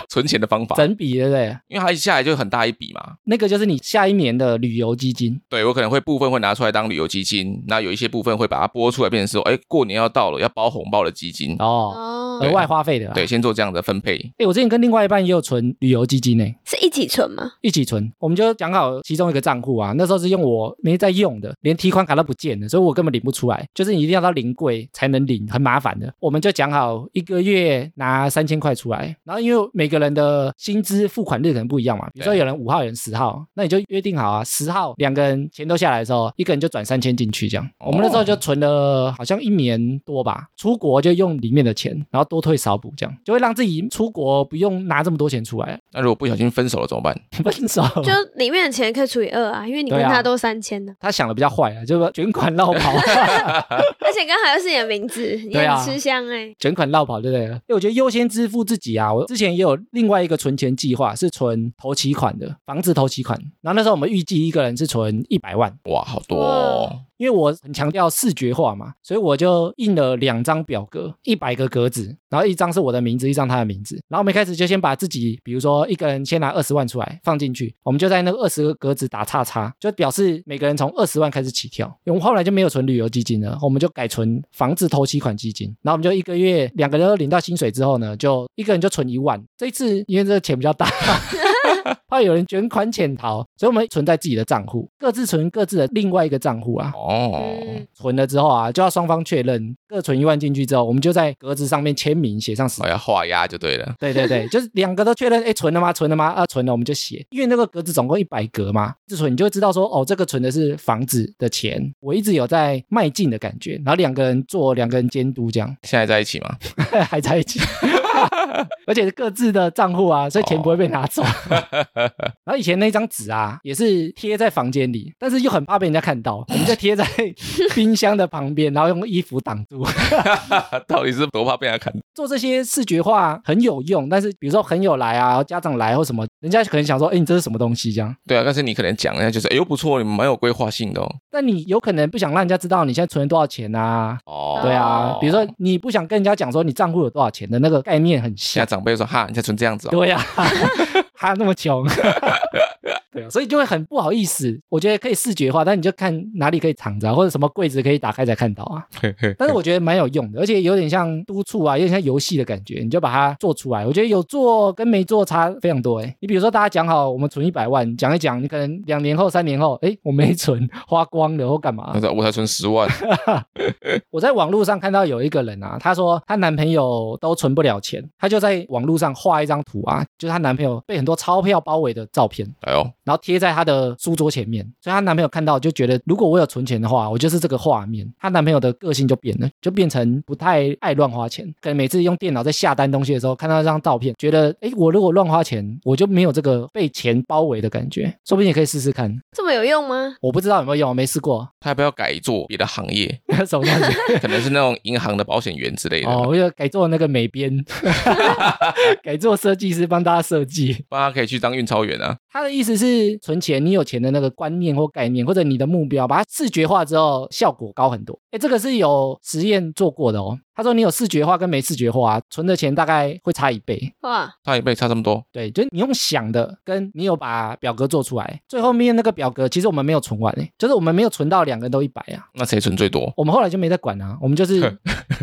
Speaker 2: 存钱的方法，
Speaker 1: 整笔对不对？
Speaker 2: 因为它一下来就很大一笔嘛。
Speaker 1: 那个就是你下一年的旅游基金，
Speaker 2: 对我可能会部分会拿出来当旅游基金，那有一些部分会把它拨出来，变成说，哎，过年要到了，要包红包的基金。
Speaker 1: 哦，
Speaker 3: 哦
Speaker 1: 额外花费的啦。啊
Speaker 2: 对，先做这样的分配。
Speaker 1: 哎、我之前跟另外一半也有存旅游基金呢、
Speaker 3: 是一起存吗？
Speaker 1: 一起存，我们就讲好其中一个账户啊。那时候是用我没在用的，连提款卡都不见了，所以我根本领不出来。就是你一定要到临柜才能领，很麻烦的。我们就讲好一个月拿三千块出来，然后因为每个人的薪资付款日可能不一样嘛，比如说
Speaker 2: 对
Speaker 1: 有人五号，有人十号，那你就约定好啊，十号两个人钱都下来的时候，一个人就转三千进去这样。我们那时候就存了好像一年多吧，出国就用里面的钱，然后多退少补这样，就会让自己出国不用拿这么多钱出来。
Speaker 2: 那如果不小心分手了怎么办？
Speaker 1: 分手
Speaker 3: 就里面的钱可以除以二啊，因为你跟
Speaker 1: 对啊
Speaker 3: 他都三千呢，
Speaker 1: 他想的比较坏啊，就是卷款绕跑，
Speaker 3: 而且刚好又是你的名字，你
Speaker 1: 对啊
Speaker 3: 很吃香哎。
Speaker 1: 卷款绕跑，对不对？因为我觉得优先支付自己啊，我之前也有另外一个存钱计划，是存头期款的，房子头期款。然后那时候我们预计一个人是存一百万，
Speaker 2: 哇，好多、哦！
Speaker 1: 因为我很强调视觉化嘛，所以我就印了两张表格，一百个格子，然后一张是我的名字，一张他的名字。然后我们一开始就先把自己，比如说一个人先拿二十万出来放进去，我们就在那个二十个格子打叉叉，就表示每个人从二十万开始起跳。因为我们后来就没有存旅游基金了，我们就改存房子投期款基金。然后我们就一个月两个人都领到薪水之后呢，就一个人就存一万。这一次因为这个钱比较大， 怕有人卷款潜逃，所以我们存在自己的账户，各自存各自的另外一个账户啊。
Speaker 2: 哦，
Speaker 3: 嗯，
Speaker 1: 存了之后啊，就要双方确认，各存一万进去之后，我们就在格子上面签名，写上时
Speaker 2: 我
Speaker 1: 间。
Speaker 2: 要哎画押就对了。
Speaker 1: 对对对，就是两个都确认，哎，存了吗？存了吗？啊，存了，我们就写，因为那个格子总共一百格嘛，自存你就知道说，哦，这个存的是房子的钱，我一直有在迈进的感觉，然后两个人做，两个人监督，这样
Speaker 2: 现在在一起 吗？
Speaker 1: 还在一起， 而且是各自的账户啊，所以钱不会被拿走。 然后以前那张纸啊，也是贴在房间里，但是又很怕被人家看到，我们就贴在冰箱的旁边，然后用衣服挡住。
Speaker 2: 到底是多怕被人家看？
Speaker 1: 做这些视觉化很有用，但是比如说很友来啊，家长来或什么，人家可能想说，哎，你这是什么东西这样？
Speaker 2: 对啊，但是你可能讲一下就是，哎呦不错，你们蛮有规划性的哦。
Speaker 1: 但你有可能不想让人家知道你现在存了多少钱啊？
Speaker 2: 哦
Speaker 1: 对啊，比如说你不想跟人家讲说你账户有多少钱的那个概念很
Speaker 2: 现在
Speaker 1: 像。
Speaker 2: 长辈说哈，你才存这样子哦。
Speaker 1: 对呀、啊， 他那么穷， 对啊，所以就会很不好意思。我觉得可以视觉化，但你就看哪里可以藏着啊、或者什么柜子可以打开才看到啊。 但是我觉得蛮有用的，而且有点像督促啊，有点像游戏的感觉，你就把它做出来。我觉得有做跟没做差非常多哎。你比如说大家讲好我们存一百万，讲一讲，你可能两年后、三年后，哎，我没存，花光了或干嘛
Speaker 2: 他？说我才存十万，
Speaker 1: 我在网络上看到有一个人啊，她说她男朋友都存不了钱，她就在网络上画一张图啊，就是她男朋友被很多钞票包围的照片。
Speaker 2: 哎呦，
Speaker 1: 然后贴在她的书桌前面，所以她男朋友看到就觉得，如果我有存钱的话，我就是这个画面。她男朋友的个性就变了，就变成不太爱乱花钱，可能每次用电脑在下单东西的时候，看到这张照片，觉得，哎，我如果乱花钱，我就没有这个被钱包围的感觉。说不定也可以试试看，
Speaker 3: 这么有用吗？
Speaker 1: 我不知道有没有用，我没试过，
Speaker 2: 他要不要改做别的行业？
Speaker 1: 什么东西？
Speaker 2: 可能是那种银行的保险员之类的，
Speaker 1: 哦，我就改做那个美编，改做设计师帮大家设计。
Speaker 2: 不然他可以去当运钞员啊。
Speaker 1: 他的意思是存钱，你有钱的那个观念或概念，或者你的目标，把它视觉化之后，效果高很多。哎，这个是有实验做过的哦。他说你有视觉化跟没视觉化、啊，存的钱大概会差一倍。
Speaker 3: 哇，
Speaker 2: 差一倍，差这么多，
Speaker 1: 对，就是你用想的，跟你有把表格做出来，最后面那个表格其实我们没有存完诶，就是我们没有存到两个人都一百啊。
Speaker 2: 那谁存最多？
Speaker 1: 我们后来就没再管啊，我们就是，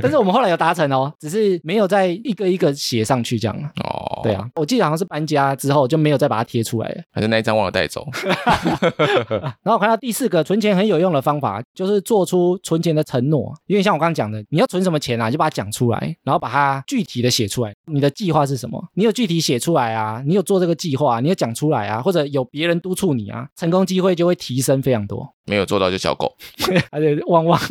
Speaker 1: 但是我们后来有达成哦，只是没有再一个一个写上去这样啊。
Speaker 2: 哦，
Speaker 1: 对，啊，我记得好像是搬家之后就没有再把它贴出来了。
Speaker 2: 还是那一张忘了带走。
Speaker 1: 然后我看到第四个存钱很有用的方法，就是做出存钱的承诺。因为像我刚刚讲的，你要存什么钱啊，你就把它讲出来，然后把它具体的写出来。你的计划是什么？你有具体写出来啊，你有做这个计划，你有讲出来啊，或者有别人督促你啊，成功机会就会提升非常多。
Speaker 2: 没有做到就小狗，
Speaker 1: 而且旺旺。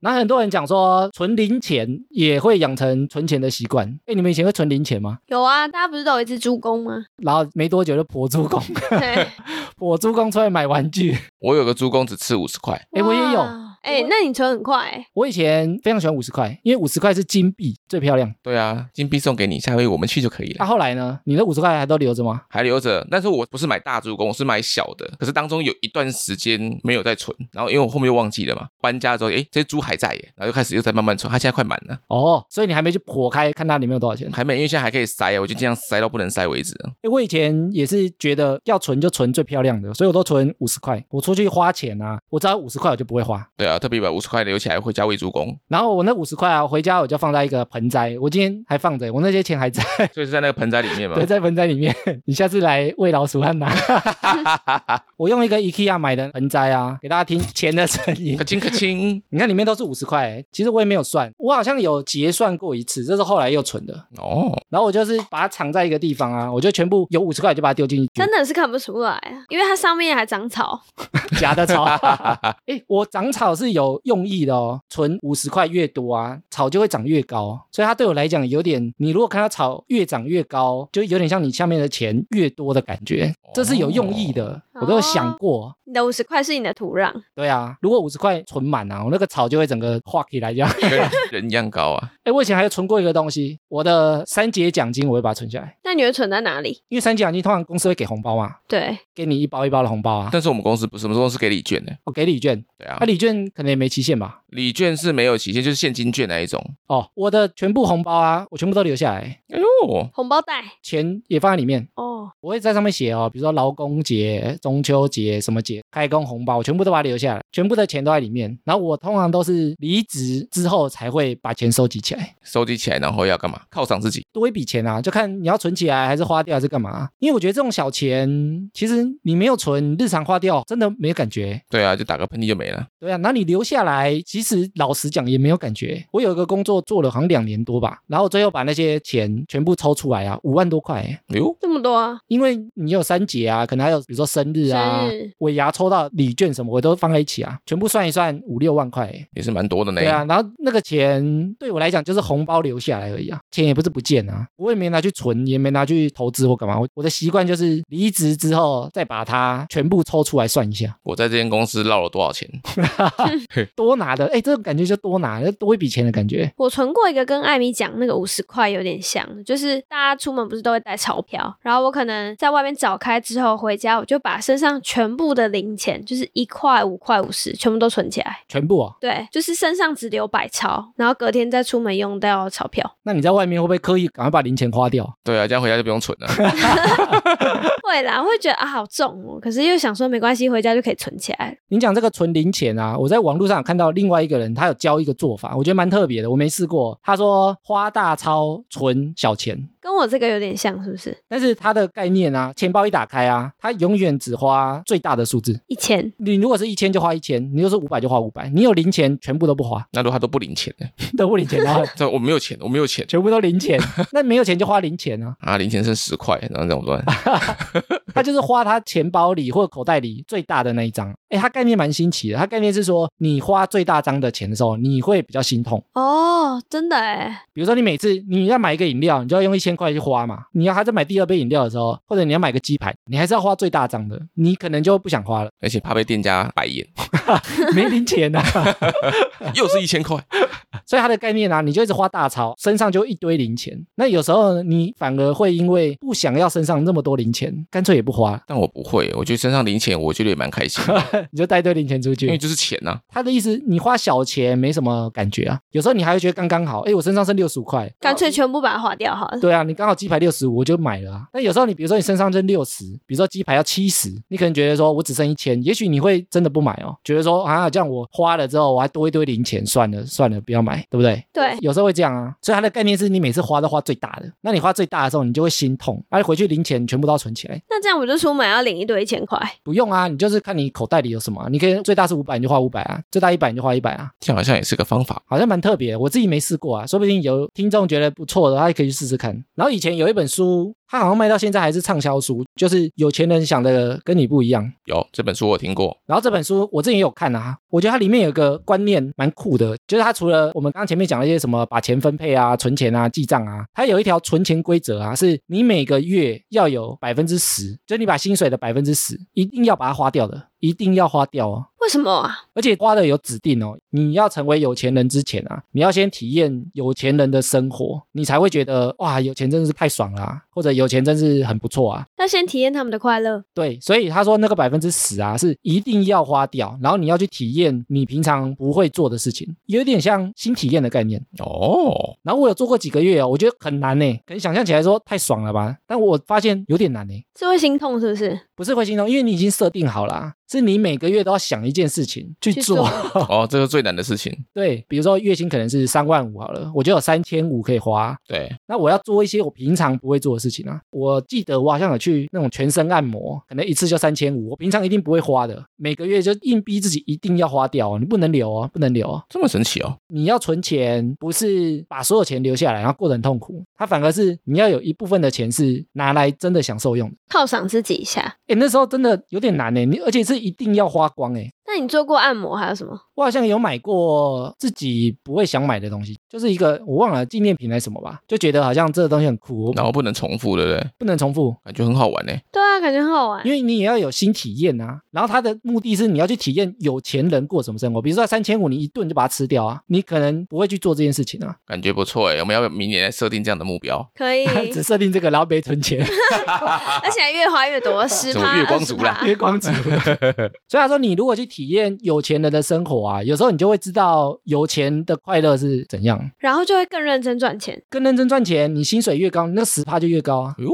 Speaker 1: 然后很多人讲说，存零钱也会养成存钱的习惯。哎，你们以前会存零钱吗？
Speaker 3: 有啊，大家不是都有一只猪公吗？
Speaker 1: 然后没多久就婆猪公，
Speaker 3: 对，
Speaker 1: 婆猪公出来买玩具。
Speaker 2: 我有个猪公只吃五十块，
Speaker 1: 哎，我也有。
Speaker 3: 哇。哎、哎、那你存很快、欸，
Speaker 1: 我以前非常喜欢五十块，因为五十块是金币最漂亮。
Speaker 2: 对啊，金币送给你，下回我们去就可以
Speaker 1: 那、
Speaker 2: 了。
Speaker 1: 后来呢？你的五十块还都留着吗？
Speaker 2: 还留着，但是我不是买大猪公，我是买小的。可是当中有一段时间没有在存，然后因为我后面又忘记了嘛，搬家之后，诶，这猪还在耶，然后又开始又在慢慢存，它现在快满了，
Speaker 1: 哦，所以你还没去破开看它里面有多少钱。
Speaker 2: 还没，因为现在还可以塞，啊我就尽量塞到不能塞为止。
Speaker 1: 哎，我以前也是觉得要存就存最漂亮的，所以我都存五十块。我出去花钱啊，我只要五十块我就不会花。
Speaker 2: 对啊，特别把五十块留起来回家喂猪公，
Speaker 1: 然后我那五十块啊，回家我就放在一个盆栽，我今天还放着，我那些钱还在，
Speaker 2: 所以是在那个盆栽里面 嘛
Speaker 1: 对，。在盆栽里面。你下次来喂老鼠汉拿。我用一个 IKEA 买的盆栽啊，给大家听钱的声音
Speaker 2: 可。亲可亲
Speaker 1: 你看里面都是五十块欸，其实我也没有算，我好像有结算过一次，这是后来又存的。
Speaker 2: 哦，
Speaker 1: 然后我就是把它藏在一个地方啊，我就全部有五十块就把它丢进去，
Speaker 3: 真的是看不出来啊，因为它上面还长草。
Speaker 1: 假的草。哎、我长草是有用意的哦，存五十块越多啊，草就会长越高，哦所以它对我来讲有点，你如果看到草越长越高，就有点像你下面的钱越多的感觉，这是有用意的，我都有想过。
Speaker 3: 你的五十块是你的土壤，
Speaker 1: 对啊，如果五十块存满啊，我那个草就会整个画起来这样。
Speaker 2: 跟人一样高啊。
Speaker 1: 哎，我以前还有存过一个东西，我的三节奖金我会把它存下来，
Speaker 3: 那你会存在哪里？
Speaker 1: 因为三节奖金通常公司会给红包嘛，
Speaker 3: 对，
Speaker 1: 给你一包一包的红包啊，
Speaker 2: 但是我们公司不是，我们公司给礼券的。
Speaker 1: 我、给礼券，
Speaker 2: 对啊
Speaker 1: 那、，礼券可能也没期限吧。
Speaker 2: 礼券是没有期限，就是现金券那一种。
Speaker 1: 哦，我的全部红包啊，我全部都留下来，
Speaker 2: 哎呦，
Speaker 3: 红包袋
Speaker 1: 钱也放在里面，
Speaker 3: 哦，
Speaker 1: 我会在上面写哦，比如说劳工节、中秋节什么节，开工红包，我全部都把它留下来，全部的钱都在里面。然后我通常都是离职之后才会把钱收集起来，
Speaker 2: 收集起来，然后要干嘛？犒赏自己。
Speaker 1: 多一笔钱啊，就看你要存起来还是花掉还是干嘛。啊因为我觉得这种小钱，其实你没有存，日常花掉真的没有感觉。
Speaker 2: 对啊，就打个喷嚏就没了。
Speaker 1: 对啊，那你留下来，其实老实讲也没有感觉。我有一个工作做了好像两年多吧，然后最后把那些钱全部抽出来啊，五万多块欸，
Speaker 2: 哎呦，
Speaker 3: 这么多啊，
Speaker 1: 因为你有三节啊，可能还有比如说生日啊
Speaker 3: 生日、
Speaker 1: 尾牙抽到礼券什么，我都放在一起啊，全部算一算五六万块欸。
Speaker 2: 也是蛮多的呢。
Speaker 1: 对啊，然后那个钱对我来讲就是红包留下来而已啊，钱也不是不见啊，我也没拿去存，也没拿去投资或干嘛。我我的习惯就是离职之后再把它全部抽出来算一下，
Speaker 2: 我在这间公司落了多少钱？
Speaker 1: 多拿的，哎，这种感觉就多拿，就多一笔钱的感觉。
Speaker 3: 我存过一个跟艾米讲那个五十块有点像，就是大家出门不是都会带钞票，然后我可能在外面找开之后回家，我就把身上全部的零钱，就是一块、五块、五十，全部都存起来。
Speaker 1: 全部哦，
Speaker 3: 对，就是身上只留百钞，然后隔天再出门用到钞票。
Speaker 1: 那你在外面会不会刻意赶快把零钱花掉？
Speaker 2: 对啊，这样回家就不用存 了。
Speaker 3: 会啦，会觉得啊好重哦，可是又想说没关系，回家就可以存起来。
Speaker 1: 你讲这个存零钱啊，我在网络上有看到另外一个人，他有教一个做法，我觉得蛮特别的，我没试过。他说花大钞存小钱，
Speaker 3: 跟我这个有点像，是不是？
Speaker 1: 但是他的概念啊，钱包一打开啊，他永远只花最大的数字。
Speaker 3: 一千，
Speaker 1: 你如果是一千就花一千，你就是五百就花五百，你有零钱全部都不花，
Speaker 2: 那如果他都不领钱呢？
Speaker 1: 都不零钱，然后
Speaker 2: 这我没有钱，我没有钱
Speaker 1: 全部都零钱，那没有钱就花零钱啊，
Speaker 2: 啊，零钱剩十块，然后这 种乱。
Speaker 1: 他就是花他钱包里或口袋里最大的那一张。哎，他概念蛮新奇的，他概念是说你花最大张的钱的时候，你会比较心痛。
Speaker 3: 哦，真的哎，
Speaker 1: 比如说你每次你要买一个饮料，你就要用一千块去花嘛。你要他在买第二杯饮料的时候，或者你要买个鸡排，你还是要花最大张的，你可能就不想花了，
Speaker 2: 而且怕被店家白眼，
Speaker 1: 没零钱啊。
Speaker 2: 又是一千块。
Speaker 1: 所以它的概念啊，你就一直花大钞，身上就一堆零钱。那有时候呢你反而会因为不想要身上那么多零钱，干脆也不花，
Speaker 2: 但我不会，我觉得身上零钱，我觉得也蛮开心的，
Speaker 1: 你就带一堆零钱出
Speaker 2: 因
Speaker 1: 去。
Speaker 2: 为就是钱呐、
Speaker 1: 他的意思，你花小钱没什么感觉啊，有时候你还会觉得刚刚好。哎，我身上剩六十五块，
Speaker 3: 干脆全部把它划掉好了。
Speaker 1: 对啊，你刚好鸡排六十五，我就买了啊。但有时候你比如说你身上剩六十，比如说鸡排要七十，你可能觉得说我只剩一千，也许你会真的不买哦，觉得说啊这样我花了之后我还多一堆零钱，算了算了，不要买，对不对？
Speaker 3: 对，
Speaker 1: 有时候会这样啊。所以它的概念是你每次花都花最大的，那你花最大的时候你就会心痛，而回去零钱全部都要存起来。
Speaker 3: 那这样我就出门要领一堆一千块，
Speaker 1: 不用啊，你就是看你口袋里有什么啊、你可以最大是五百你就花五百啊，最大一百你就花一百啊，
Speaker 2: 这样好像也是个方法。
Speaker 1: 好像蛮特别的，我自己没试过啊，说不定有听众觉得不错的，他也可以去试试看。然后以前有一本书，它好像卖到现在还是畅销书，就是有钱人想的跟你不一样。
Speaker 2: 有这本书我有听过，
Speaker 1: 然后这本书我之前也有看啊，我觉得它里面有个观念蛮酷的，就是它除了我们刚刚前面讲的一些什么把钱分配啊、存钱啊、记账啊，它有一条存钱规则啊，是你每个月要有百分之十，就是你把薪水的百分之十一定要把它花掉的。一定要花掉啊。
Speaker 3: 为什么啊？
Speaker 1: 而且花的有指定哦，你要成为有钱人之前啊，你要先体验有钱人的生活，你才会觉得哇，有钱真是太爽啦、啊或者有钱真是很不错啊。
Speaker 3: 要先体验他们的快乐。
Speaker 1: 对，所以他说那个百分之十啊，是一定要花掉，然后你要去体验你平常不会做的事情，有点像新体验的概念。
Speaker 2: 哦，
Speaker 1: 然后我有做过几个月哦，我觉得很难呢，可能想象起来说太爽了吧，但我发现有点难呢。
Speaker 3: 是会心痛是不是？
Speaker 1: 不是会心痛，因为你已经设定好啦、是你每个月都要想一件事情去
Speaker 3: 去
Speaker 1: 做。
Speaker 2: 哦，这是最难的事情。
Speaker 1: 对，比如说月薪可能是三万五好了，我就有三千五可以花。
Speaker 2: 对，
Speaker 1: 那我要做一些我平常不会做的事情啊。我记得我好像有去那种全身按摩，可能一次就三千五，我平常一定不会花的，每个月就硬逼自己一定要花掉、哦，你不能留哦，不能留哦。
Speaker 2: 这么神奇哦。
Speaker 1: 你要存钱，不是把所有钱留下来，然后过得很痛苦，它反而是你要有一部分的钱是拿来真的享受用的。
Speaker 3: 犒赏自己一下。
Speaker 1: 诶，那时候真的有点难呢，你而且是一定要花光诶。
Speaker 3: 那你做过按摩还有什么？
Speaker 1: 我好像有买过自己不会想买的东西，就是一个我忘了纪念品还是什么吧，就觉得好像这个东西很酷，我
Speaker 2: 然后不能重复，对不对？
Speaker 1: 不能重复，
Speaker 2: 感觉很好玩呢。
Speaker 3: 对啊，感觉很好玩
Speaker 1: 因。为你也要有新体验啊。然后它的目的是你要去体验有钱人过什么生活，比如说三千五，你一顿就把它吃掉啊，你可能不会去做这件事情啊。
Speaker 2: 感觉不错哎，我们要不要明年来设定这样的目标？
Speaker 3: 可以，
Speaker 1: 只设定这个，然后没存钱，
Speaker 3: 而且还越花越多，十
Speaker 2: 怎么
Speaker 3: 趴、
Speaker 2: 月光
Speaker 3: 20%
Speaker 2: 族啦
Speaker 1: 月光族。所以他说，你如果去体验有钱人的生活啊，有时候你就会知道有钱的快乐是怎样。
Speaker 3: 然后就会更认真赚钱。
Speaker 1: 更认真赚钱，你薪水越高，那十趴就越高啊。
Speaker 2: 哟，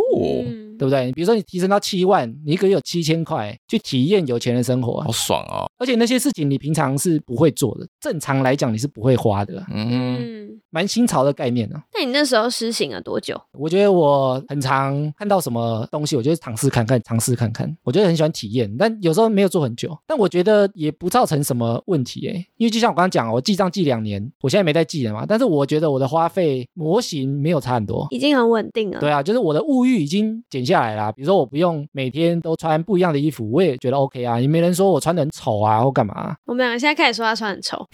Speaker 3: 嗯，
Speaker 1: 对不对？比如说你提升到七万，你一个月有七千块，去体验有钱人生活啊
Speaker 2: 好，爽哦。
Speaker 1: 而且那些事情你平常是不会做的，正常来讲你是不会花的啊，
Speaker 2: 嗯，
Speaker 3: 嗯，
Speaker 1: 蛮新潮的概念啊。
Speaker 3: 那你那时候施行了多久？
Speaker 1: 我觉得我很常看到什么东西，我就尝试看看，尝试看看。我觉得很喜欢体验，但有时候没有做很久，但我觉得也不造成什么问题诶，因为就像我刚刚讲，我记账记两年，我现在没在记了嘛，但是我觉得我的花费模型没有差很多。
Speaker 3: 已经很稳定了。
Speaker 1: 对啊，就是我的物欲已经减下来啦。比如说，我不用每天都穿不一样的衣服，我也觉得 OK 啊。也没人说我穿的很丑啊，或干嘛啊、
Speaker 3: 我们两个现在开始说他穿很丑，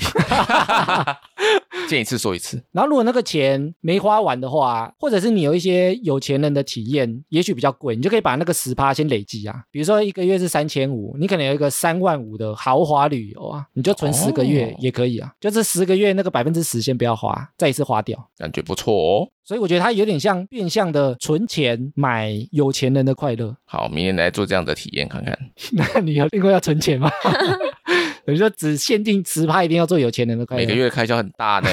Speaker 2: 见一次说一次。
Speaker 1: 然后如果那个钱没花完的话，或者是你有一些有钱人的体验，也许比较贵，你就可以把那个十趴先累积啊。比如说一个月是三千五，你可能有一个三万五的豪华旅游啊，你就存十个月
Speaker 2: 哦
Speaker 1: 也可以啊。就这十个月那个百分之十先不要花，再一次花掉。
Speaker 2: 感觉不错哦。
Speaker 1: 所以我觉得它有点像变相的存钱买有钱人的快乐。
Speaker 2: 好，明年来做这样的体验看看。
Speaker 1: 那你有另外要存钱吗？ 我就说只限定十趴，一定要做有钱人的快乐。
Speaker 2: 每个月开销很大呢。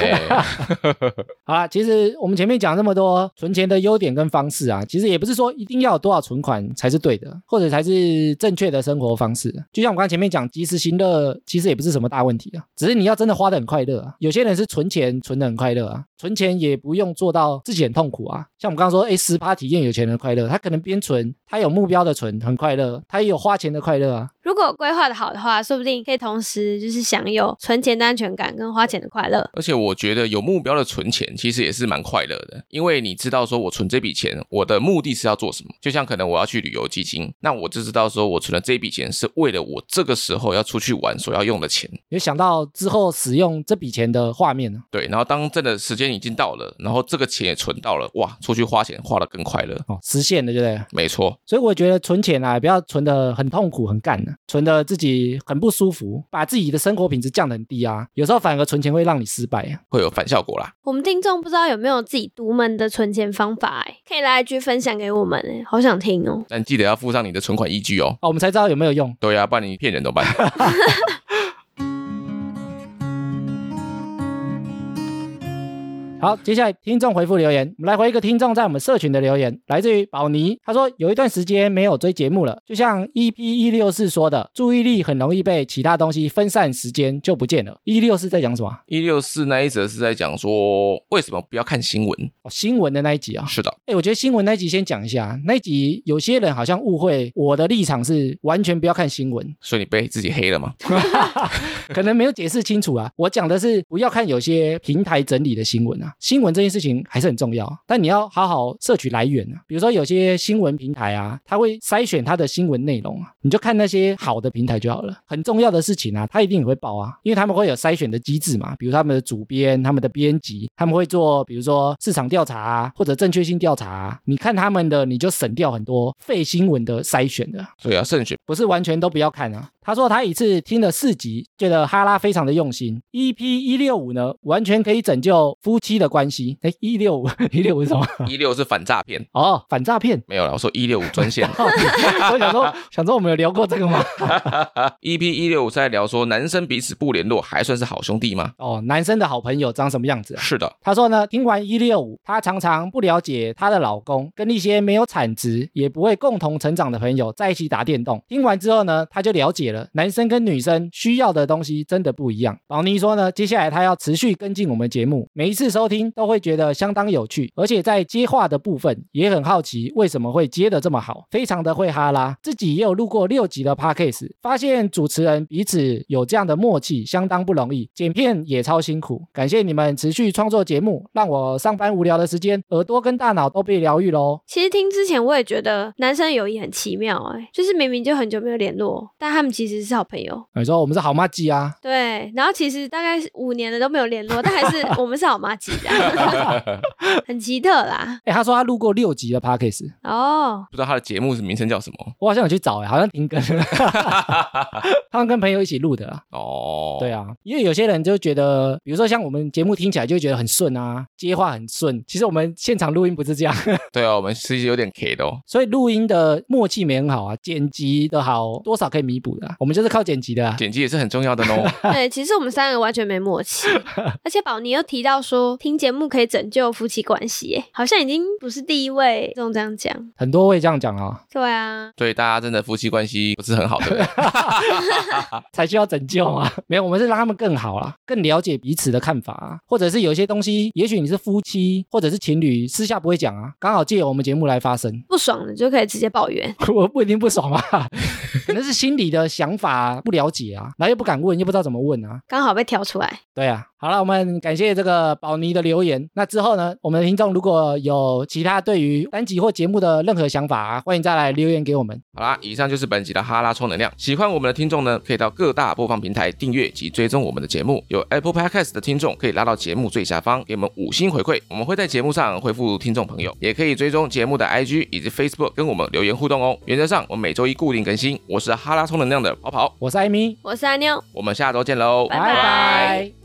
Speaker 1: 好啦，其实我们前面讲这么多存钱的优点跟方式啊，其实也不是说一定要有多少存款才是对的，或者才是正确的生活方式。就像我刚才前面讲，及时行乐其实也不是什么大问题啊，只是你要真的花的很快乐啊。有些人是存钱存的很快乐啊，存钱也不用做到自己很痛苦啊。像我们刚刚说，哎，十趴体验有钱人的快乐，他可能边存，他有目标的存，很快乐，他也有花钱的快乐啊。
Speaker 3: 如果规划的好的话，说不定可以同时就是享有存钱的安全感跟花钱的快乐。
Speaker 2: 而且我觉得有目标的存钱，其实也是蛮快乐的，因为你知道说我存这笔钱，我的目的是要做什么。就像可能我要去旅游基金，那我就知道说我存的这笔钱是为了我这个时候要出去玩所要用的钱。
Speaker 1: 你就想到之后使用这笔钱的画面啊。
Speaker 2: 对，然后当真的时间已经到了，然后这个钱也存到了，哇，出去花钱花得更快乐。
Speaker 1: 哦，实现了，对不对？
Speaker 2: 没错，
Speaker 1: 所以我觉得存钱啊，不要存的很痛苦、很干的、啊存的自己很不舒服，把自己的生活品质降得很低啊。有时候反而存钱会让你失败啊。
Speaker 2: 会有反效果啦。
Speaker 3: 我们听众不知道有没有自己独门的存钱方法、欸，可以来一句分享给我们、欸，好想听哦、
Speaker 2: 但记得要附上你的存款依据哦。
Speaker 1: 哦，我们才知道有没有用。
Speaker 2: 对呀、啊不然你骗人怎么办？
Speaker 1: 好，接下来听众回复留言，我们来回一个听众在我们社群的留言，来自于宝妮，他说有一段时间没有追节目了，就像 EP 一六四说的，注意力很容易被其他东西分散时间就不见了。一六四在讲什么啊？
Speaker 2: 一六四那一则是在讲说为什么不要看新闻？
Speaker 1: 哦，新闻的那一集啊、
Speaker 2: 是的，
Speaker 1: 哎，我觉得新闻那一集先讲一下，啊那一集有些人好像误会我的立场是完全不要看新闻，
Speaker 2: 所以你被自己黑了吗？
Speaker 1: 可能没有解释清楚啊。我讲的是不要看有些平台整理的新闻啊，新闻这件事情还是很重要啊，但你要好好摄取来源啊。比如说有些新闻平台啊，它会筛选它的新闻内容啊，你就看那些好的平台就好了。很重要的事情啊，它一定也会报啊，因为他们会有筛选的机制嘛，比如他们的主编、他们的编辑，他们会做比如说市场调查啊，或者正确性调查啊。你看他们的，你就省掉很多废新闻的筛选的啊。
Speaker 2: 所以要慎选。
Speaker 1: 不是完全都不要看啊，他说他一次听了四集，觉得哈拉非常的用心。EP 一六五呢，完全可以拯救夫妻的关系。哎，一六五 一六五是什么？
Speaker 2: 一六是反诈骗，
Speaker 1: 哦，反诈骗。
Speaker 2: 没有了，我说一六五专线。
Speaker 1: 我想说，想说我们有聊过这个吗？
Speaker 2: EP E 一六五在聊说男生彼此不联络还算是好兄弟吗？
Speaker 1: 哦，男生的好朋友长什么样子啊？
Speaker 2: 是 的，
Speaker 1: 他说呢，听完一六五，她常常不了解她的老公跟一些没有产值也不会共同成长的朋友在一起打电动。听完之后呢，她就了解了，男生跟女生需要的东西真的不一样。宝妮说呢，接下来她要持续跟进我们节目，每一次收听都会觉得相当有趣，而且在接话的部分也很好奇为什么会接的这么好，非常的会哈拉。自己也有录过六集的 podcast，发现主持人彼此有这样的默契，相当不容易，剪片也超辛苦。感谢你们持续创作节目，让我上班无聊的时间，耳朵跟大脑都被疗愈喽。
Speaker 3: 其实听之前我也觉得男生友谊很奇妙、欸，哎，就是明明就很久没有联络，但他们其实是好朋友。
Speaker 1: 你说我们是好妈鸡啊？
Speaker 3: 对，然后其实大概是五年了都没有联络，但还是我们是好妈吉的啊，很奇特啦。
Speaker 1: 哎，他说他录过六集的 podcast，
Speaker 3: 哦，
Speaker 2: 不知道他的节目是名称叫什么
Speaker 1: 我好像有去找哎，好像停更了，他们跟朋友一起录的啦。啊
Speaker 2: 哦。
Speaker 1: 对，啊，因为有些人就觉得，比如说像我们节目听起来就会觉得很顺啊，接话很顺。其实我们现场录音不是这样，
Speaker 2: 对啊，我们其实有点 K 的哦。
Speaker 1: 所以录音的默契没很好啊，剪辑的好多少可以弥补的啊、我们就是靠剪辑的、啊。
Speaker 2: 剪辑也是很重要的哦。
Speaker 3: 对，其实我们三个完全没默契，而且宝妮又提到说听节目可以拯救夫妻关系欸，好像已经不是第一位这种这样讲。
Speaker 1: 很多会这样讲啊，
Speaker 3: 对啊，
Speaker 2: 所以大家真的夫妻关系不是很好，对不对？
Speaker 1: 才需要拯救啊。 没有，我们是让他们更好啦，更了解彼此的看法啊，或者是有一些东西，也许你是夫妻或者是情侣，私下不会讲啊，刚好借由我们节目来发声。
Speaker 3: 不爽的就可以直接抱怨。
Speaker 1: 我不一定不爽啊， 可能是心里的想法不了解啊，然后又不敢问，又不知道怎么问啊。
Speaker 3: 刚好被挑出来。
Speaker 1: 对啊，好了，我们感谢这个宝妮的留言。那之后呢，我们的听众如果有其他对于单集或节目的任何想法、啊，欢迎再来留言给我们。
Speaker 2: 好啦，以上就是本集的哈拉充能量。喜欢我们的听众呢，可以到各大播放平台订阅及追踪我们的节目。有 Apple Podcast 的听众可以拉到节目最下方给我们五星回馈，我们会在节目上回复听众朋友。也可以追踪节目的 IG 以及 Facebook 跟我们留言互动哦。原则上，我们每周一固定更新。我是哈拉充能量的跑跑，
Speaker 1: 我是艾米，
Speaker 3: 我是阿妞，
Speaker 2: 我们下周见喽，
Speaker 3: 拜拜